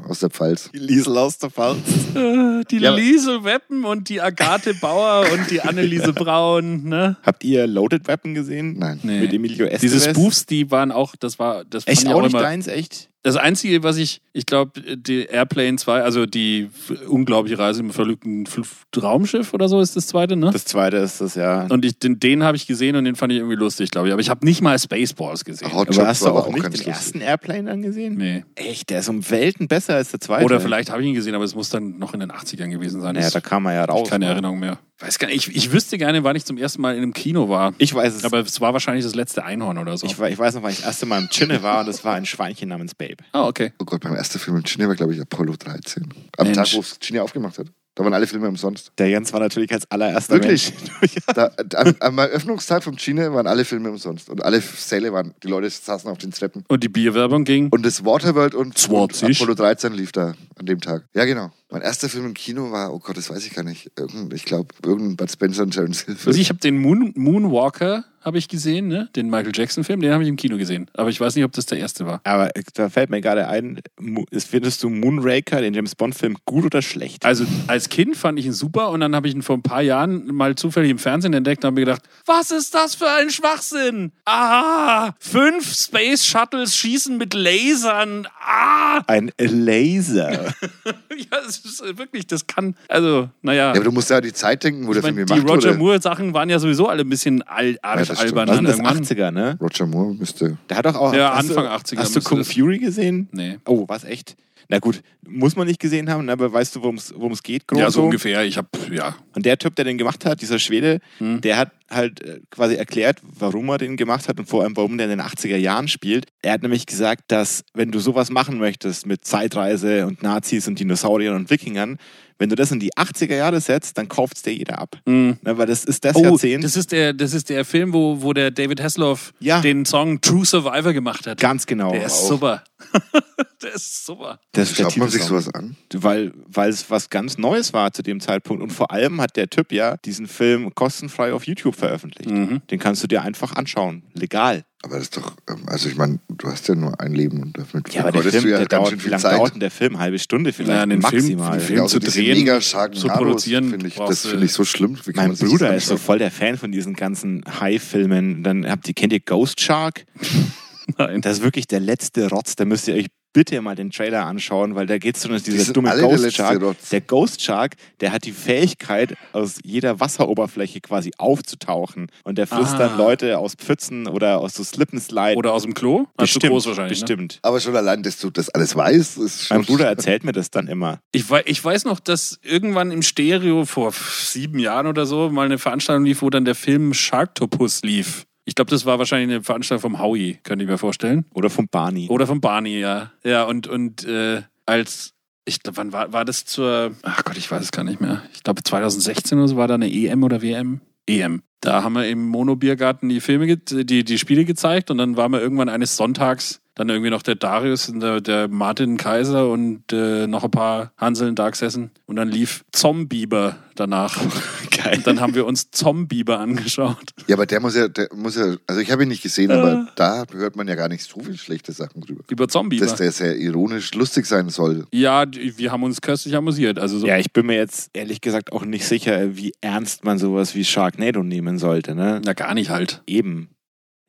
aus der Pfalz. Die Liesel aus der Pfalz. Ah, Die Ja, aber- Liesel Weppen und die Agathe Bauer und die Anneliese Braun, ne? Habt ihr Loaded Weapon gesehen? Nein. Nee. Mit Emilio Estevez? Diese Spoofs, die waren auch, das war, das fand Echt ich auch auch nicht immer. deins, echt? Das Einzige, was ich, ich glaube, die Airplane 2, also die unglaubliche Reise im verlückten F- Raumschiff oder so ist das zweite, ne? Das zweite ist das, ja. und ich, den, den habe ich gesehen und den fand ich irgendwie lustig, glaube ich. Aber ich habe nicht mal Spaceballs gesehen. Hot Aber hast Shots du war aber auch, auch, nicht den ganz lustig. ersten Airplane angesehen? Nee. Echt, der ist um Welten besser als der zweite. Oder vielleicht habe ich ihn gesehen, aber es muss dann noch in den 80ern gewesen sein. Naja, Das- da kam er ja raus. keine ne? Erinnerung mehr. Weiß gar nicht, ich, ich wüsste gerne, wann ich zum ersten Mal in einem Kino war. Ich weiß es. Aber es war wahrscheinlich das letzte Einhorn oder so. ich, we- ich weiß noch, weil ich das erste Mal im Chinne war und es war ein Schweinchen namens Babe. ah, okay. Oh Gott, mein erster Film in China war, glaube ich, Apollo 13. Am Mensch. Tag, wo es China aufgemacht hat. Da waren alle Filme umsonst. Der Jens war natürlich als allererster Wirklich? Mensch. Da, am, am Eröffnungstag vom China waren alle Filme umsonst. Und alle Säle waren, die Leute saßen auf den Treppen. Und die Bierwerbung ging. Und das Waterworld und, und 20. Apollo 13 lief da an dem Tag. Ja, genau. Mein erster Film im Kino war, oh Gott, das weiß ich gar nicht. Irgendein, ich glaube, irgendein Bud Spencer und Terence Hill. Also ich habe den Moon, Moonwalker habe ich gesehen, ne? Den Michael Jackson Film, den habe ich im Kino gesehen. Aber ich weiß nicht, ob das der erste war. Aber äh, da fällt mir gerade ein, Mu- ist- findest du Moonraker, den James Bond-Film, gut oder schlecht? Also als Kind fand ich ihn super und dann habe ich ihn vor ein paar Jahren mal zufällig im Fernsehen entdeckt und habe mir gedacht, was ist das für ein Schwachsinn? Ah, fünf Space Shuttles schießen mit Lasern. Ah, Ein Laser. ja, es ist wirklich, das kann, also, naja. Ja, aber du musst ja an die Zeit denken, wo Ich der mein, Film die gemacht wurde. Roger Moore-Sachen waren ja sowieso alle ein bisschen al das arsch stimmt. albern. Was ist das, irgendwann. 80er, ne? Roger Moore müsste. Der hat doch auch. Ja, hast Anfang du, 80er Hast du müsste Kung das- Fury gesehen? Nee. Oh, was echt? Na gut, muss man nicht gesehen haben, ne? aber weißt du, worum es geht? grob Ja, so ungefähr. Ich habe, ja. Und der Typ, der den gemacht hat, dieser Schwede, Hm. der hat halt äh, quasi erklärt, warum er den gemacht hat und vor allem, warum der in den 80er Jahren spielt. Er hat nämlich gesagt, dass wenn du sowas machen möchtest mit Zeitreise und Nazis und Dinosauriern und Wikingern, wenn du das in die 80er Jahre setzt, dann kauft es dir jeder ab. Na, weil das ist das Hm. Oh, Jahrzehnt. das ist der, das ist der Film, wo, wo der David Hasselhoff Ja. den Song True Survivor gemacht hat. ganz genau. der ist super. der ist super. Das ist der Schaut man sich Titelsong. sowas an? weil weil es was ganz Neues war zu dem Zeitpunkt und vor allem hat der Typ ja diesen Film kostenfrei auf YouTube veröffentlicht. Mhm. Den kannst du dir einfach anschauen, legal. Aber das ist doch, ähm, also ich meine, du hast ja nur ein Leben und damit Ja, aber der vergeudest Film, der ganz dauert, schön wie viel lange Zeit. dauert denn der Film? Halbe Stunde vielleicht Ja, den Film- maximal. den Film- Genauso zu diese drehen, mega starken zu Nanos, produzieren, finde ich, das brauchst du- finde ich so schlimm. Wie kann mein man sich Bruder das ist so anschauen? voll der Fan von diesen ganzen High-Filmen. Dann habt ihr, kennt ihr Ghost Shark? Nein. Das ist wirklich der letzte Rotz. Da müsst ihr euch bitte mal den Trailer anschauen, weil da geht es so, dass dieser sind dumme alle der Ghost letzte Shark. Rotz. Der Ghost Shark, der hat die Fähigkeit, aus jeder Wasseroberfläche quasi aufzutauchen. Und der frisst Ah. dann Leute aus Pfützen oder aus so Slippenslide. Oder aus dem Klo? War zu Äh, bestimmt, groß wahrscheinlich. Ne? Bestimmt. Aber schon allein, dass du das alles weißt, ist schon. Mein Bruder erzählt mir das dann immer. Ich, wei- ich weiß noch, dass irgendwann im Stereo vor sieben Jahren oder so mal eine Veranstaltung lief, wo dann der Film Sharktopus lief. Ich glaube, das war wahrscheinlich eine Veranstaltung vom Howie, könnte ich mir vorstellen. Oder vom Barney. Oder vom Barney, ja. Ja, und, und äh, als, ich glaube, wann war, war das zur, ach Gott, ich weiß es gar nicht mehr. Ich glaube, 2016 oder so war da eine EM oder WM? EM. Da haben wir im Monobiergarten die Filme, ge- die, die Spiele gezeigt und dann waren wir irgendwann eines Sonntags dann irgendwie noch der Darius und der, der Martin Kaiser und äh, noch ein paar Hanseln Darksessen und dann lief Zombieber danach. Geil. Dann haben wir uns Zombieber angeschaut. Ja, aber der muss ja, der muss ja, also ich habe ihn nicht gesehen, aber da hört man ja gar nicht so viel schlechte Sachen drüber. Über Zombieber. Dass der sehr ironisch lustig sein soll. Ja, die, wir haben uns köstlich amüsiert. Also so Ja, ich bin mir jetzt ehrlich gesagt auch nicht sicher, wie ernst man sowas wie Sharknado nehmen sollte. Ne? Na, gar nicht halt. Eben.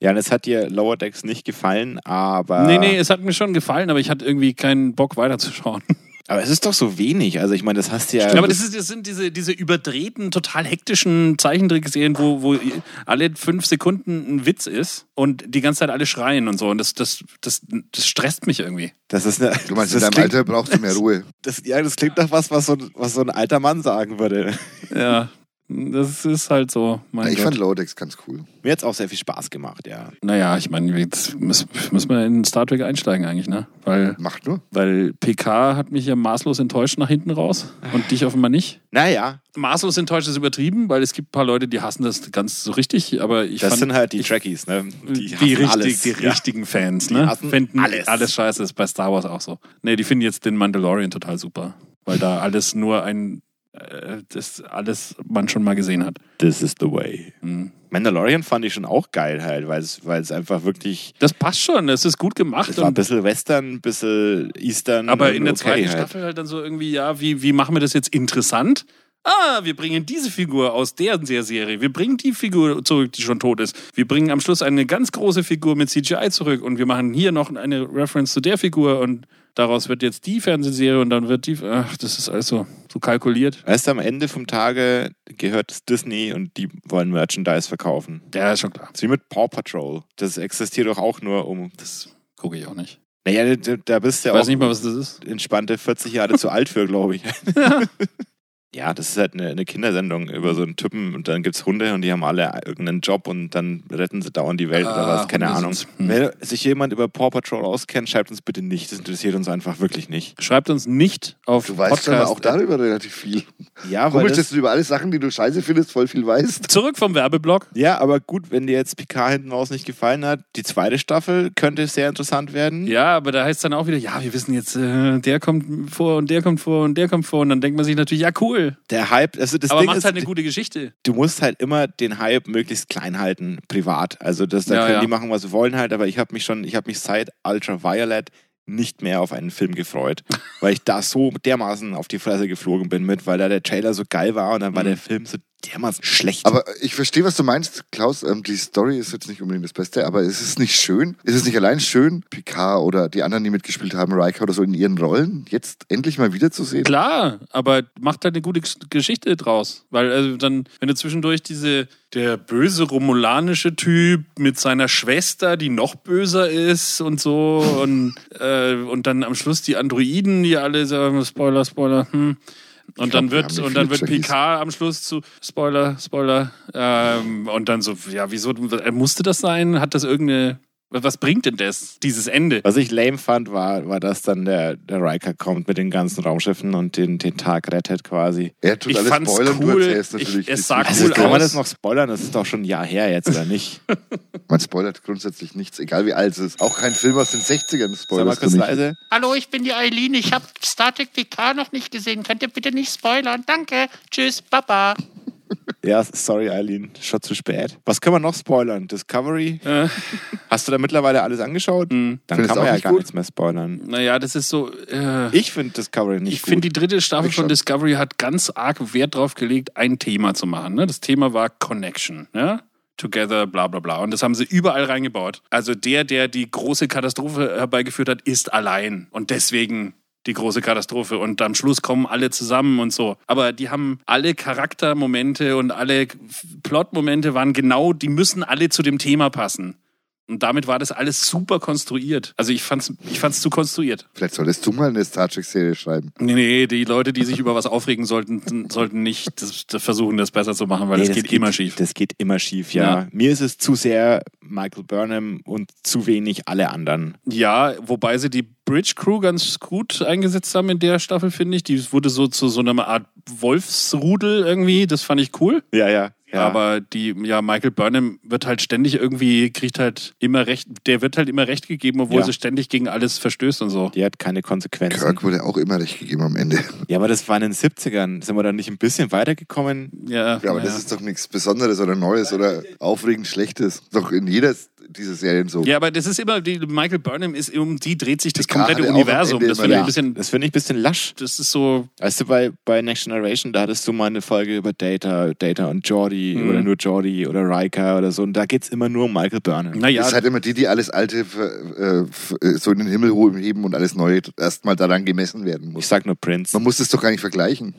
Ja, und es hat dir Lower Decks nicht gefallen, aber. Nee, nee, es hat mir schon gefallen, aber ich hatte irgendwie keinen Bock weiterzuschauen. Aber es ist doch so wenig. Also, ich meine, das hast du ja. aber das, ist, das sind diese, diese überdrehten, total hektischen Zeichentrickserien, wo, wo alle fünf Sekunden ein Witz ist und die ganze Zeit alle schreien und so. Und das, das, das, das stresst mich irgendwie. das ist eine, Du meinst, das in deinem klingt, Alter brauchst du mehr Ruhe. Das, ja, das klingt nach was, was so, ein- was so ein alter Mann sagen würde. Ja. Das ist halt so. Mein ich Gott. fand Lodex ganz cool. Mir hat es auch sehr viel Spaß gemacht, ja. Naja, ich meine, jetzt müssen, müssen wir in Star Trek einsteigen eigentlich, ne? Weil, Macht nur. weil PK hat mich ja maßlos enttäuscht nach hinten raus und dich offenbar nicht. Naja, Maßlos enttäuscht ist übertrieben, weil es gibt ein paar Leute, die hassen das ganz so richtig, aber ich das fand sind halt die Trekkies, ne? die, hassen richtig, alles. die Ja. richtigen Fans, Die ne? hassen Finden alles. alles. scheiße, ist bei Star Wars auch so. Nee, die finden jetzt den Mandalorian total super, weil da alles nur ein äh, das alles man schon mal gesehen hat. This is the way. Mhm. Mandalorian fand ich schon auch geil halt, weil es, weil es einfach wirklich. Das passt schon, es ist gut gemacht Es war ein und- bisschen Western, ein bisschen Eastern. Aber und in der okay zweiten halt. Staffel halt dann so irgendwie, ja, wie, wie machen wir das jetzt interessant? Ah, wir bringen diese Figur aus der und der Serie. Wir bringen die Figur zurück, die schon tot ist. Wir bringen am Schluss eine ganz große Figur mit CGI zurück und wir machen hier noch eine Reference zu der Figur und daraus wird jetzt die Fernsehserie und dann wird die. Ach, das ist also so kalkuliert. Erst am Ende vom Tage gehört es Disney und die wollen Merchandise verkaufen. Ja, ist schon klar. Das ist wie mit Paw Patrol. Das existiert doch auch nur um. Das gucke ich auch nicht. Naja, da, da bist du Ich ja weiß auch nicht mal, was das ist. entspannte 40 Jahre zu alt für, glaube ich. ja, das ist halt eine, eine Kindersendung über so einen Typen und dann gibt es Hunde und die haben alle irgendeinen Job und dann retten sie dauernd die Welt oder Ah, was, keine Hunde Ahnung. sind's. Hm. Wenn sich jemand über Paw Patrol auskennt, schreibt uns bitte nicht. Das interessiert uns einfach wirklich nicht. Schreibt uns nicht auf Du weißt schon Podcast. auch darüber relativ viel. Ja, weil Komisch, dass äh, das, du über alle Sachen, die du scheiße findest, voll viel weißt. Zurück vom Werbeblock. ja, aber gut, wenn dir jetzt Picard hinten raus nicht gefallen hat, die zweite Staffel könnte sehr interessant werden. Ja, aber da heißt dann auch wieder, ja, wir wissen jetzt, äh, der kommt vor und der kommt vor und der kommt vor. Und dann denkt man sich natürlich, ja, cool. Der Hype, also das aber Ding macht ist, halt eine gute Geschichte. du musst halt immer den Hype möglichst klein halten, privat. Also das, da Ja, können ja. die machen, was sie wollen halt, aber ich habe mich schon, ich habe mich seit Ultraviolet nicht mehr auf einen Film gefreut, weil ich da so dermaßen auf die Fresse geflogen bin mit, weil da der Trailer so geil war und dann Mhm. war der Film so dermaßen schlecht. Aber ich verstehe, was du meinst, Klaus. Ähm, die Story ist jetzt nicht unbedingt das Beste, aber es ist nicht schön. Es ist nicht allein schön, Picard oder die anderen, die mitgespielt haben, Riker oder so in ihren Rollen, jetzt endlich mal wiederzusehen. Klar, aber macht halt eine gute Gesch- Geschichte draus. Weil also dann, wenn du zwischendurch diese, der böse romulanische Typ mit seiner Schwester, die noch böser ist und so, und, äh, und dann am Schluss die Androiden, die alle sagen, Spoiler, Spoiler, hm. Und dann wir haben wird hier und dann viele wird Trekkies. PK am Schluss zu Spoiler, Spoiler, ähm, und dann so, ja, wieso äh, musste das sein? Hat das irgendeine. Was bringt denn das, dieses Ende? was ich lame fand, war, war dass dann der, der Riker kommt mit den ganzen Raumschiffen und den, den Tag rettet quasi. Er tut Ich alles fand's spoilern, du cool. erzählst Ich- natürlich. es die sah Also Cool kann man aus. das noch spoilern? Das ist doch schon ein Jahr her jetzt, oder nicht? Man spoilert grundsätzlich nichts, egal wie alt es ist. Auch kein Film aus den 60ern Sag mal spoilerst du kurz nicht. also- leise. Hallo, ich bin die Eileen. Ich habe Star Trek PK noch nicht gesehen. Könnt ihr bitte nicht spoilern? Danke. Tschüss, Baba. Ja, sorry, Eileen, schon zu spät. Was können wir noch spoilern? Discovery? Äh. Hm. Hast du da mittlerweile alles angeschaut? Dann Findest kann du man auch ja nicht gar gut? nichts mehr spoilern. Naja, das ist so. Äh, Ich finde Discovery nicht Ich finde, die gut. dritte Staffel Ich von schon. Discovery hat ganz arg Wert drauf gelegt, ein Thema zu machen. Ne? Das Thema war Connection. Ne? Together, bla bla bla. Und das haben sie überall reingebaut. Also der, der die große Katastrophe herbeigeführt hat, ist allein. Und deswegen die große Katastrophe. Und am Schluss kommen alle zusammen und so. Aber die haben alle Charaktermomente und alle Plotmomente waren genau, die müssen alle zu dem Thema passen. Und damit war das alles super konstruiert. Also ich fand's, ich fand's zu konstruiert. Vielleicht solltest du mal eine Star Trek-Serie schreiben. Nee, nee, die Leute, die sich über was aufregen sollten, sollten nicht das, das versuchen, das besser zu machen, weil Nee, das, geht, immer schief. Das geht immer schief, ja. Ja. Mir ist es zu sehr Michael Burnham und zu wenig alle anderen. Ja, wobei sie die Bridge Crew ganz gut eingesetzt haben in der Staffel, finde ich. Die wurde so zu so einer Art Wolfsrudel irgendwie. Das fand ich cool. Ja, ja. ja. Aber die, ja, Michael Burnham wird halt ständig irgendwie, kriegt halt immer recht, der wird halt immer recht gegeben, obwohl Ja. sie ständig gegen alles verstößt und so. die hat keine Konsequenzen. Kirk wurde auch immer recht gegeben am Ende. Ja, aber das war in den 70ern. Sind wir da nicht ein bisschen weitergekommen? Ja, Ja, aber naja. das ist doch nichts Besonderes oder Neues oder aufregend Schlechtes. Doch in jeder s- dieser Serien so. ja, aber das ist immer, die Michael Burnham ist, um die dreht sich das Die Karte komplette auch am Universum. Ende Das immer finde ich da. ein bisschen, Das finde ich ein bisschen lasch. das ist so, Weißt du, bei, bei Next Generation, da hattest du mal eine Folge über Data, Data und Jordi Mhm. oder nur Jordi oder Riker oder so. Und da geht's immer nur um Michael Burnham. naja. Es ist halt immer die, die alles Alte äh, f- äh, so in den Himmel hoch heben und alles Neue erstmal daran gemessen werden Ich muss. sag nur Prince. Man muss es doch gar nicht vergleichen.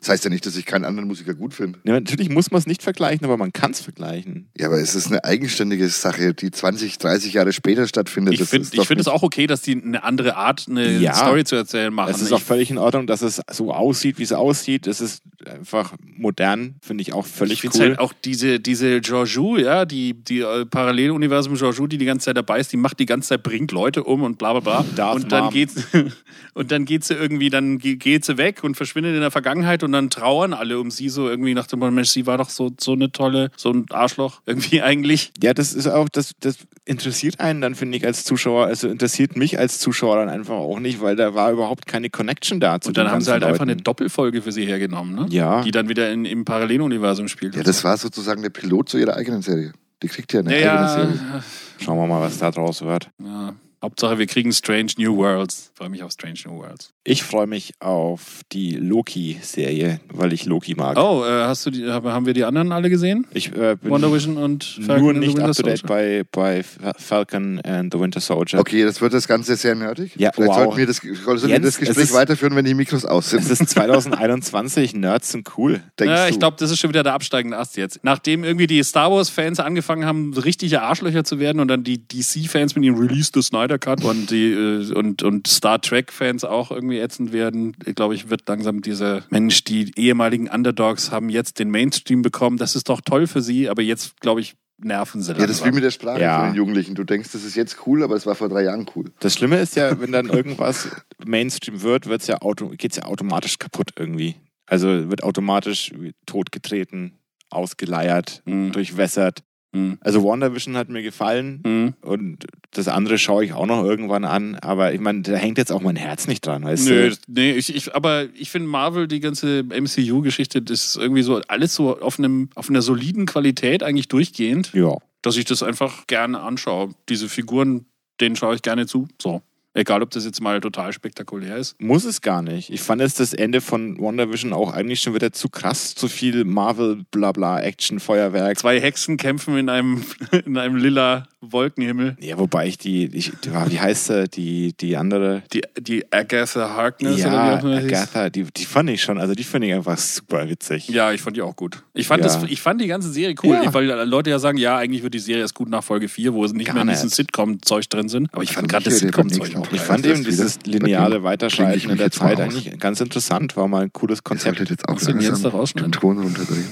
Das heißt ja nicht, dass ich keinen anderen Musiker gut finde. Ja, natürlich muss man es nicht vergleichen, aber man kann's vergleichen. Ja, aber es ist eine eigenständige Sache, die 20, 30 Jahre später stattfindet. Ich Das finde ist doch ich find es nicht- auch okay, dass die eine andere Art, eine Ja. Story zu erzählen machen. Es ist Ich- auch völlig in Ordnung, dass es so aussieht, wie es aussieht. Es ist einfach modern, finde ich auch Ich völlig finde cool. halt auch diese, diese Georgiou, ja, die, die äh, Paralleluniversum Georgiou, die die ganze Zeit dabei ist, die macht die ganze Zeit, bringt Leute um und bla bla bla. Darth und dann Mom. geht's, und dann geht sie irgendwie, dann ge- geht sie weg und verschwindet in der Vergangenheit und dann trauern alle um sie so irgendwie nach dem Motto, Mensch, sie war doch so, so eine tolle, so ein Arschloch irgendwie eigentlich. Ja, das ist auch, das, das interessiert einen dann, finde ich, als Zuschauer, also interessiert mich als Zuschauer dann einfach auch nicht, weil da war überhaupt keine Connection da zu Und dann den haben sie halt ganzen einfach eine Leuten. Doppelfolge für sie hergenommen, ne? Ja. Die dann wieder in, im Paralleluniversum spielt. Ja, das war sozusagen der Pilot zu ihrer eigenen Serie. Die kriegt ja eine ja, eigene ja, Serie. Schauen wir mal, was da draus wird. ja. Hauptsache, wir kriegen Strange New Worlds. Freue mich auf Strange New Worlds. Ich freue mich auf die Loki-Serie, weil ich Loki mag. Oh, äh, hast du die, hab- haben wir die anderen alle gesehen? Ich äh, bin Wonder Vision und Falcon nur and the nicht Winter up to date Soldier? bei, bei Fa- Falcon and the Winter Soldier. Okay, das wird das Ganze sehr nerdig. Ja, Vielleicht wow. sollten wir das, sollten wir Jens, das es Gespräch ist- weiterführen, wenn die Mikros aus sind. Es ist 2021, Nerds sind cool. denkst Ja, du? ich glaube, das ist schon wieder der absteigende Ast jetzt. Nachdem irgendwie die Star Wars-Fans angefangen haben, so richtige Arschlöcher zu werden und dann die DC-Fans mit dem Release the Snyder Cut und die äh, und, und Star Trek-Fans auch irgendwie ätzend werden, glaube ich, wird langsam diese Mensch, die ehemaligen Underdogs haben jetzt den Mainstream bekommen. Das ist doch toll für sie, aber jetzt, glaube ich, nerven sie Ja, das ist wie mit der Sprache Ja. von den Jugendlichen. Du denkst, das ist jetzt cool, aber es war vor drei Jahren cool. Das Schlimme ist ja, wenn dann irgendwas Mainstream wird, wird's ja auto geht's ja automatisch kaputt irgendwie. Also wird automatisch totgetreten, ausgeleiert, Mhm. durchwässert. Mhm. Also WandaVision hat mir gefallen Mhm. und das andere schaue ich auch noch irgendwann an, aber ich meine, da hängt jetzt auch mein Herz nicht dran, weißt Nö, du? das- nee, ich, ich, aber ich finde Marvel, die ganze MCU-Geschichte, das ist irgendwie so alles so auf, einem, auf einer soliden Qualität eigentlich durchgehend, Ja. dass ich das einfach gerne anschaue. Diese Figuren, denen schaue ich gerne zu. So. Egal, ob das jetzt mal total spektakulär ist. Muss es gar nicht. Ich fand jetzt das Ende von WandaVision auch eigentlich schon wieder zu krass, zu viel Marvel, blabla, Action, Feuerwerk. Zwei Hexen kämpfen in einem, in einem lila Wolkenhimmel. Ja, wobei ich die, ich, ah, wie heißt sie, die, die andere, Die, die Agatha Ne, Harkness oder Ja, wie auch immer sie hieß. Agatha, die, die fand ich schon, also die fand ich einfach super witzig. Ja, ich fand die auch gut. Ich fand, Ja. das, ich fand die ganze Serie cool, Ja. weil Leute ja sagen, ja, eigentlich wird die Serie erst gut nach Folge 4, wo es nicht Gar mehr in diesem nicht. Also Sitcom-Zeug drin sind. Aber ich fand gerade das Ich rede beim Sitcom-Zeug nächsten auch Mal. Ich geil. fand das eben ist dieses wieder- bei lineale dem klinge ich Weiterschalten mich in der jetzt mal Zeit aus. eigentlich ganz interessant, war mal ein cooles Ihr solltet Konzept. jetzt auch Kannst du den jetzt da langsam rausschneiden? den Ton runterdrehen.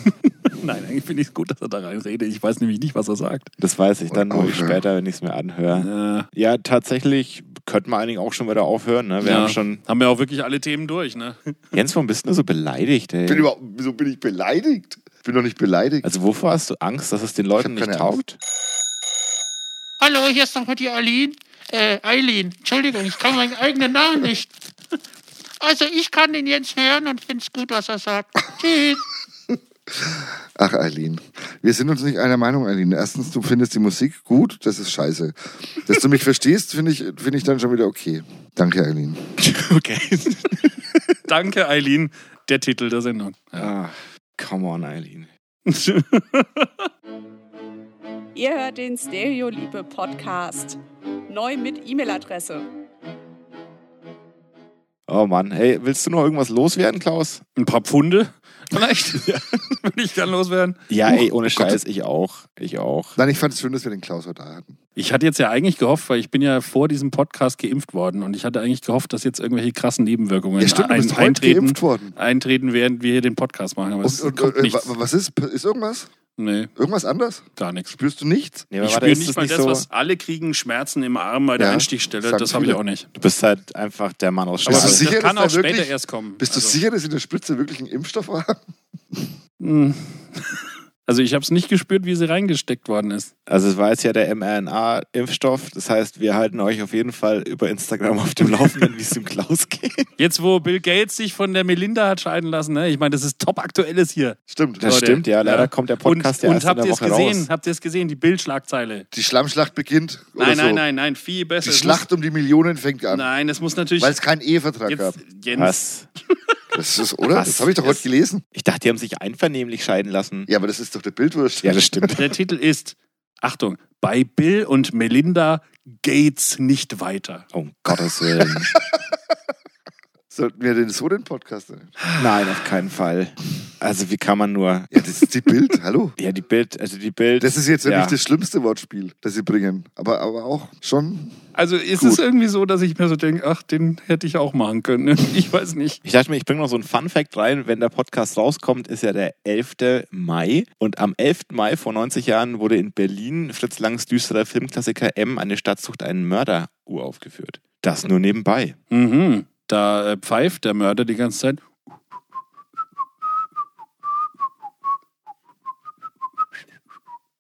Nein, eigentlich finde ich es gut, dass er da rein redet. Ich weiß nämlich nicht, was er sagt. Das weiß ich dann Und nur aufhören. später, wenn ich es mir anhöre. Äh, Ja, tatsächlich könnten wir eigentlich auch schon wieder aufhören. Ne? Wir ja, haben schon. haben wir auch wirklich alle Themen durch, ne? Jens, warum bist du denn so beleidigt, Ich bin ey? überhaupt, wieso bin ich beleidigt? Ich bin doch nicht beleidigt. Also wovor hast du Angst, dass es den Ich hab Leuten nicht keine taugt? Hallo, hier ist nochmal die Eileen. Äh, Eileen. Entschuldigung, ich kann meinen eigenen Namen nicht. Also, ich kann den Jens hören und find's gut, was er sagt. Tschüss. Ach, Eileen. Wir sind uns nicht einer Meinung, Eileen. Erstens, du findest die Musik gut, das ist scheiße. Dass du mich verstehst, finde ich, find ich dann schon wieder okay. Danke, Eileen. Okay. Danke, Eileen. Der Titel der Sendung. ah, Ja. come on, Eileen. Ihr hört den Stereoliebe Podcast. Neu mit E-Mail-Adresse. Oh Mann, hey, willst du noch irgendwas loswerden, Klaus? Ein paar Pfunde? Vielleicht. ja. Würde ich gern loswerden. Ja, ey, ohne Gott. Scheiß, ich auch. Ich auch. Nein, ich fand es schön, dass wir den Klaus heute da hatten. Ich hatte jetzt ja eigentlich gehofft, weil ich bin ja vor diesem Podcast geimpft worden und ich hatte eigentlich gehofft, dass jetzt irgendwelche krassen Nebenwirkungen Ja, stimmt, du ein- bist heute eintreten, geimpft worden. eintreten, während wir hier den Podcast machen. Aber es Und, und, kommt äh, wa- nichts. was ist? Ist irgendwas? Nee, Irgendwas anders? gar nichts. Spürst du nichts? Nee, aber Ich warte, spüre ist nicht das mal das, so- was alle kriegen, Schmerzen im Arm bei der Ja, Einstichstelle. sagen Das habe ich viele. auch nicht. Du bist halt einfach der Mann aus Bist Aber du das Stahl. sicher, dass kann da auch später wirklich- erst kommen. Bist Also- du sicher, dass in der Spritze wirklich ein Impfstoff war? Mm. Also ich habe es nicht gespürt, wie sie reingesteckt worden ist. Also es war jetzt ja der mRNA-Impfstoff. Das heißt, wir halten euch auf jeden Fall über Instagram auf dem Laufenden, wie es dem Klaus geht. Jetzt, wo Bill Gates sich von der Melinda hat scheiden lassen, ne? ich meine, das ist top aktuelles hier. Stimmt. Das Leute. stimmt, ja. Leider kommt der Podcast ja und, und erst in habt der ihr es Woche gesehen? raus. Habt ihr es gesehen? Die Bildschlagzeile. Die Schlammschlacht beginnt. Oder Nein, so. nein, nein, nein, viel besser. Die Es Schlacht um die Millionen fängt Muss, an, nein, es muss natürlich. weil es keinen Ehevertrag gab. jetzt, Jens, Was? Das ist, oder? Was? Das habe ich doch heute gelesen. Ich dachte, die haben sich einvernehmlich scheiden lassen. Ja, aber das ist doch der Bildwurst. Ja, das stimmt. Der Titel ist, Achtung, bei Bill und Melinda Gates nicht weiter. Um Gottes Willen. Sollten wir den so den Podcast nennen? Nein, auf keinen Fall. Also wie kann man nur. Ja, das ist die Bild, hallo? Ja, die Bild, also die Bild. Das ist jetzt ja. nicht das schlimmste Wortspiel, das sie bringen. Aber, aber auch schon. Also ist Gut. es irgendwie so, dass ich mir so denke, ach, den hätte ich auch machen können. Ich weiß nicht. Ich dachte mir, ich bringe noch so einen Fun-Fact rein. Wenn der Podcast rauskommt, ist ja der 11. Mai. Und am 11. Mai vor 90 Jahren wurde in Berlin Fritz Langs düsterer Filmklassiker M, eine Stadt sucht einen Mörder, uraufgeführt. Das nur nebenbei. Mhm. Da äh, pfeift der Mörder die ganze Zeit.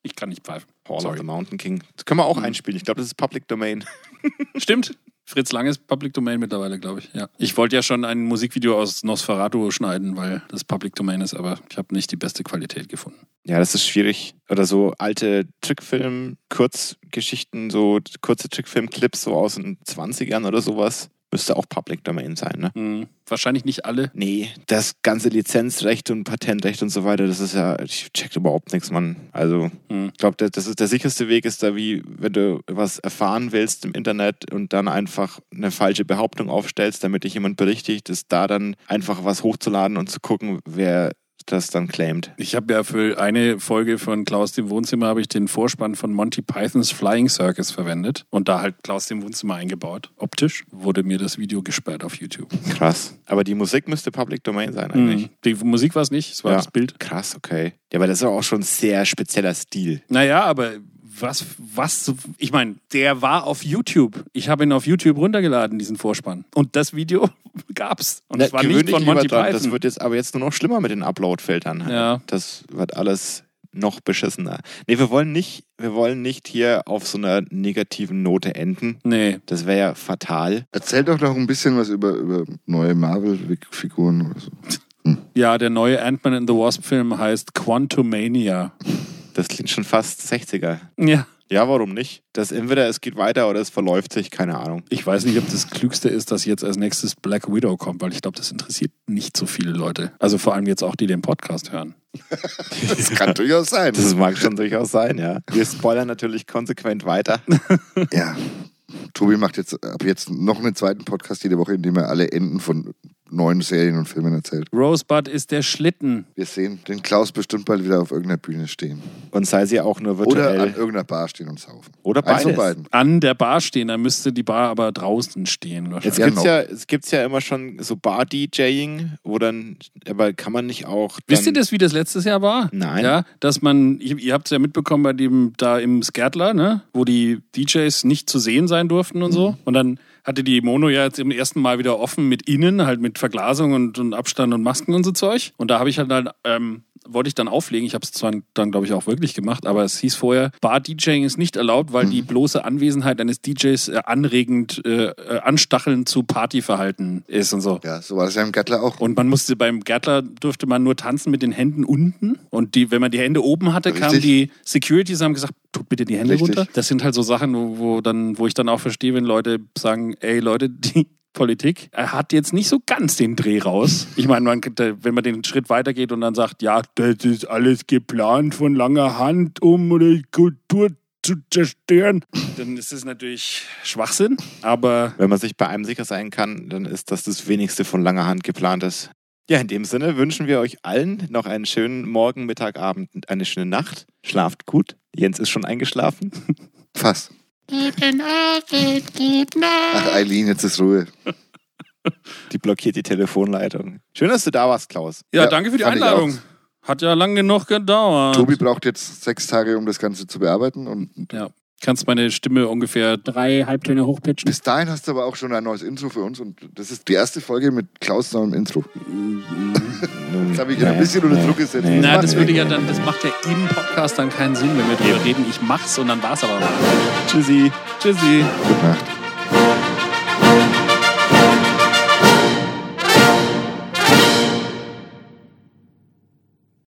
Ich kann nicht pfeifen. Hall of Sorry. the Mountain King. Das können wir auch Mhm. einspielen. Ich glaube, das ist Public Domain. Stimmt. Fritz Lang ist Public Domain mittlerweile, glaube ich. Ja. Ich wollte ja schon ein Musikvideo aus Nosferatu schneiden, weil das Public Domain ist, aber ich habe nicht die beste Qualität gefunden. Ja, das ist schwierig. Oder so alte Trickfilm, Kurzgeschichten, so kurze Trickfilm-Clips so aus den 20ern oder sowas. Müsste auch Public Domain sein, ne? Hm. Wahrscheinlich nicht alle. Nee, das ganze Lizenzrecht und Patentrecht und so weiter, das ist ja, ich check überhaupt nichts, Mann. Also, Hm. ich glaube, das ist der sicherste Weg ist da wie, wenn du was erfahren willst im Internet und dann einfach eine falsche Behauptung aufstellst, damit dich jemand berichtigt, ist da dann einfach was hochzuladen und zu gucken, wer das dann claimt. Ich habe ja für eine Folge von Klaus dem Wohnzimmer habe ich den Vorspann von Monty Pythons Flying Circus verwendet und da halt Klaus dem Wohnzimmer eingebaut. Optisch wurde mir das Video gesperrt auf YouTube. Krass. Aber die Musik müsste Public Domain sein eigentlich. Hm. Die Musik war es nicht, es war Ja. das Bild. Krass, okay. Ja, aber das ist auch schon ein sehr spezieller Stil. Naja, aber was, was, ich meine, der war auf YouTube. Ich habe ihn auf YouTube runtergeladen, diesen Vorspann. Und das Video gab's. Und es war nicht von gewöhnlich Monty übertreiben. Python. Das wird jetzt aber jetzt nur noch schlimmer mit den Upload-Filtern. halt. Ja. Das wird alles noch beschissener. Nee, wir wollen nicht, wir wollen nicht hier auf so einer negativen Note enden. nee. Das wäre ja fatal. Erzähl doch noch ein bisschen was über, über neue Marvel-Figuren oder so. Ja, der neue Ant-Man and the Wasp-Film heißt Quantumania. Das klingt schon fast 60er. Ja. Ja, warum nicht? Das entweder es geht weiter oder es verläuft sich, keine Ahnung. Ich weiß nicht, ob das Klügste ist, dass jetzt als nächstes Black Widow kommt, weil ich glaube, das interessiert nicht so viele Leute. Also vor allem jetzt auch, die den Podcast hören. Das kann durchaus sein. Das mag schon durchaus sein, ja. Wir spoilern natürlich konsequent weiter. Ja. Tobi macht jetzt ab jetzt noch einen zweiten Podcast jede Woche, in dem er alle Enden von neuen Serien und Filmen erzählt. Rosebud ist der Schlitten. Wir sehen den Klaus bestimmt bald wieder auf irgendeiner Bühne stehen. Und sei sie auch nur Oder virtuell. an irgendeiner Bar stehen und saufen. Oder Eins von beides. beiden. An der Bar stehen, da müsste die Bar aber draußen stehen. Jetzt wahrscheinlich. Ja, gibt's noch. ja, es gibt's ja immer schon so Bar-DJing, wo dann, aber kann man nicht auch. Dann, Wisst ihr das, wie das letztes Jahr war? Nein. Ja, dass man, ihr, ihr habt es ja mitbekommen bei dem da im Skertler, ne, wo die DJs nicht zu sehen sein durften und Mhm. so. Und dann hatte die Mono ja jetzt im ersten Mal wieder offen mit innen, halt mit Verglasung und, und Abstand und Masken und so Zeug. Und da habe ich halt dann, ähm, wollte ich dann auflegen. Ich habe es zwar dann, glaube ich, auch wirklich gemacht, aber es hieß vorher, Bar-DJing ist nicht erlaubt, Mhm. weil die bloße Anwesenheit eines DJs äh, anregend, äh, äh, anstachelnd zu Partyverhalten ist und so. Ja, so war das ja im Gattler auch. Und man musste beim Gärtler durfte man nur tanzen mit den Händen unten. Und die, wenn man die Hände oben hatte, Richtig. kamen die Securities und haben gesagt, tut bitte die Hände Richtig. runter. Das sind halt so Sachen, wo, wo dann, wo ich dann auch verstehe, wenn Leute sagen, ey Leute, die Politik äh, hat jetzt nicht so ganz den Dreh raus. Ich meine, man, könnte- wenn man den Schritt weitergeht und dann sagt, ja, das ist alles geplant von langer Hand, um die Kultur zu zerstören, dann ist es natürlich Schwachsinn. Aber Wenn man sich bei einem sicher sein kann, dann ist das das wenigste von langer Hand geplantes. Ja, in dem Sinne wünschen wir euch allen noch einen schönen Morgen, Mittag, Abend, und eine schöne Nacht. Schlaft gut. Jens ist schon eingeschlafen. Fast. Guten Abend, gute Ach, Nacht. Eileen, jetzt ist Ruhe. Die blockiert die Telefonleitung. Schön, dass du da warst, Klaus. ja, Ja, danke für die fand ich Einladung. Hat ja lang genug gedauert. Tobi braucht jetzt sechs Tage, um das Ganze zu bearbeiten. Und kannst meine Stimme ungefähr drei Halbtöne hochpitchen. bis dahin hast du aber auch schon ein neues Intro für uns. Und das ist die erste Folge mit Klaus neuem Intro. Das habe ich ja ein bisschen unter Druck gesetzt. Nein, macht das nichts. würde ja dann, das macht ja im Podcast dann keinen Sinn, wenn wir darüber reden. Ich mach's und dann war's aber mal. Tschüssi. Tschüssi. Gute Nacht.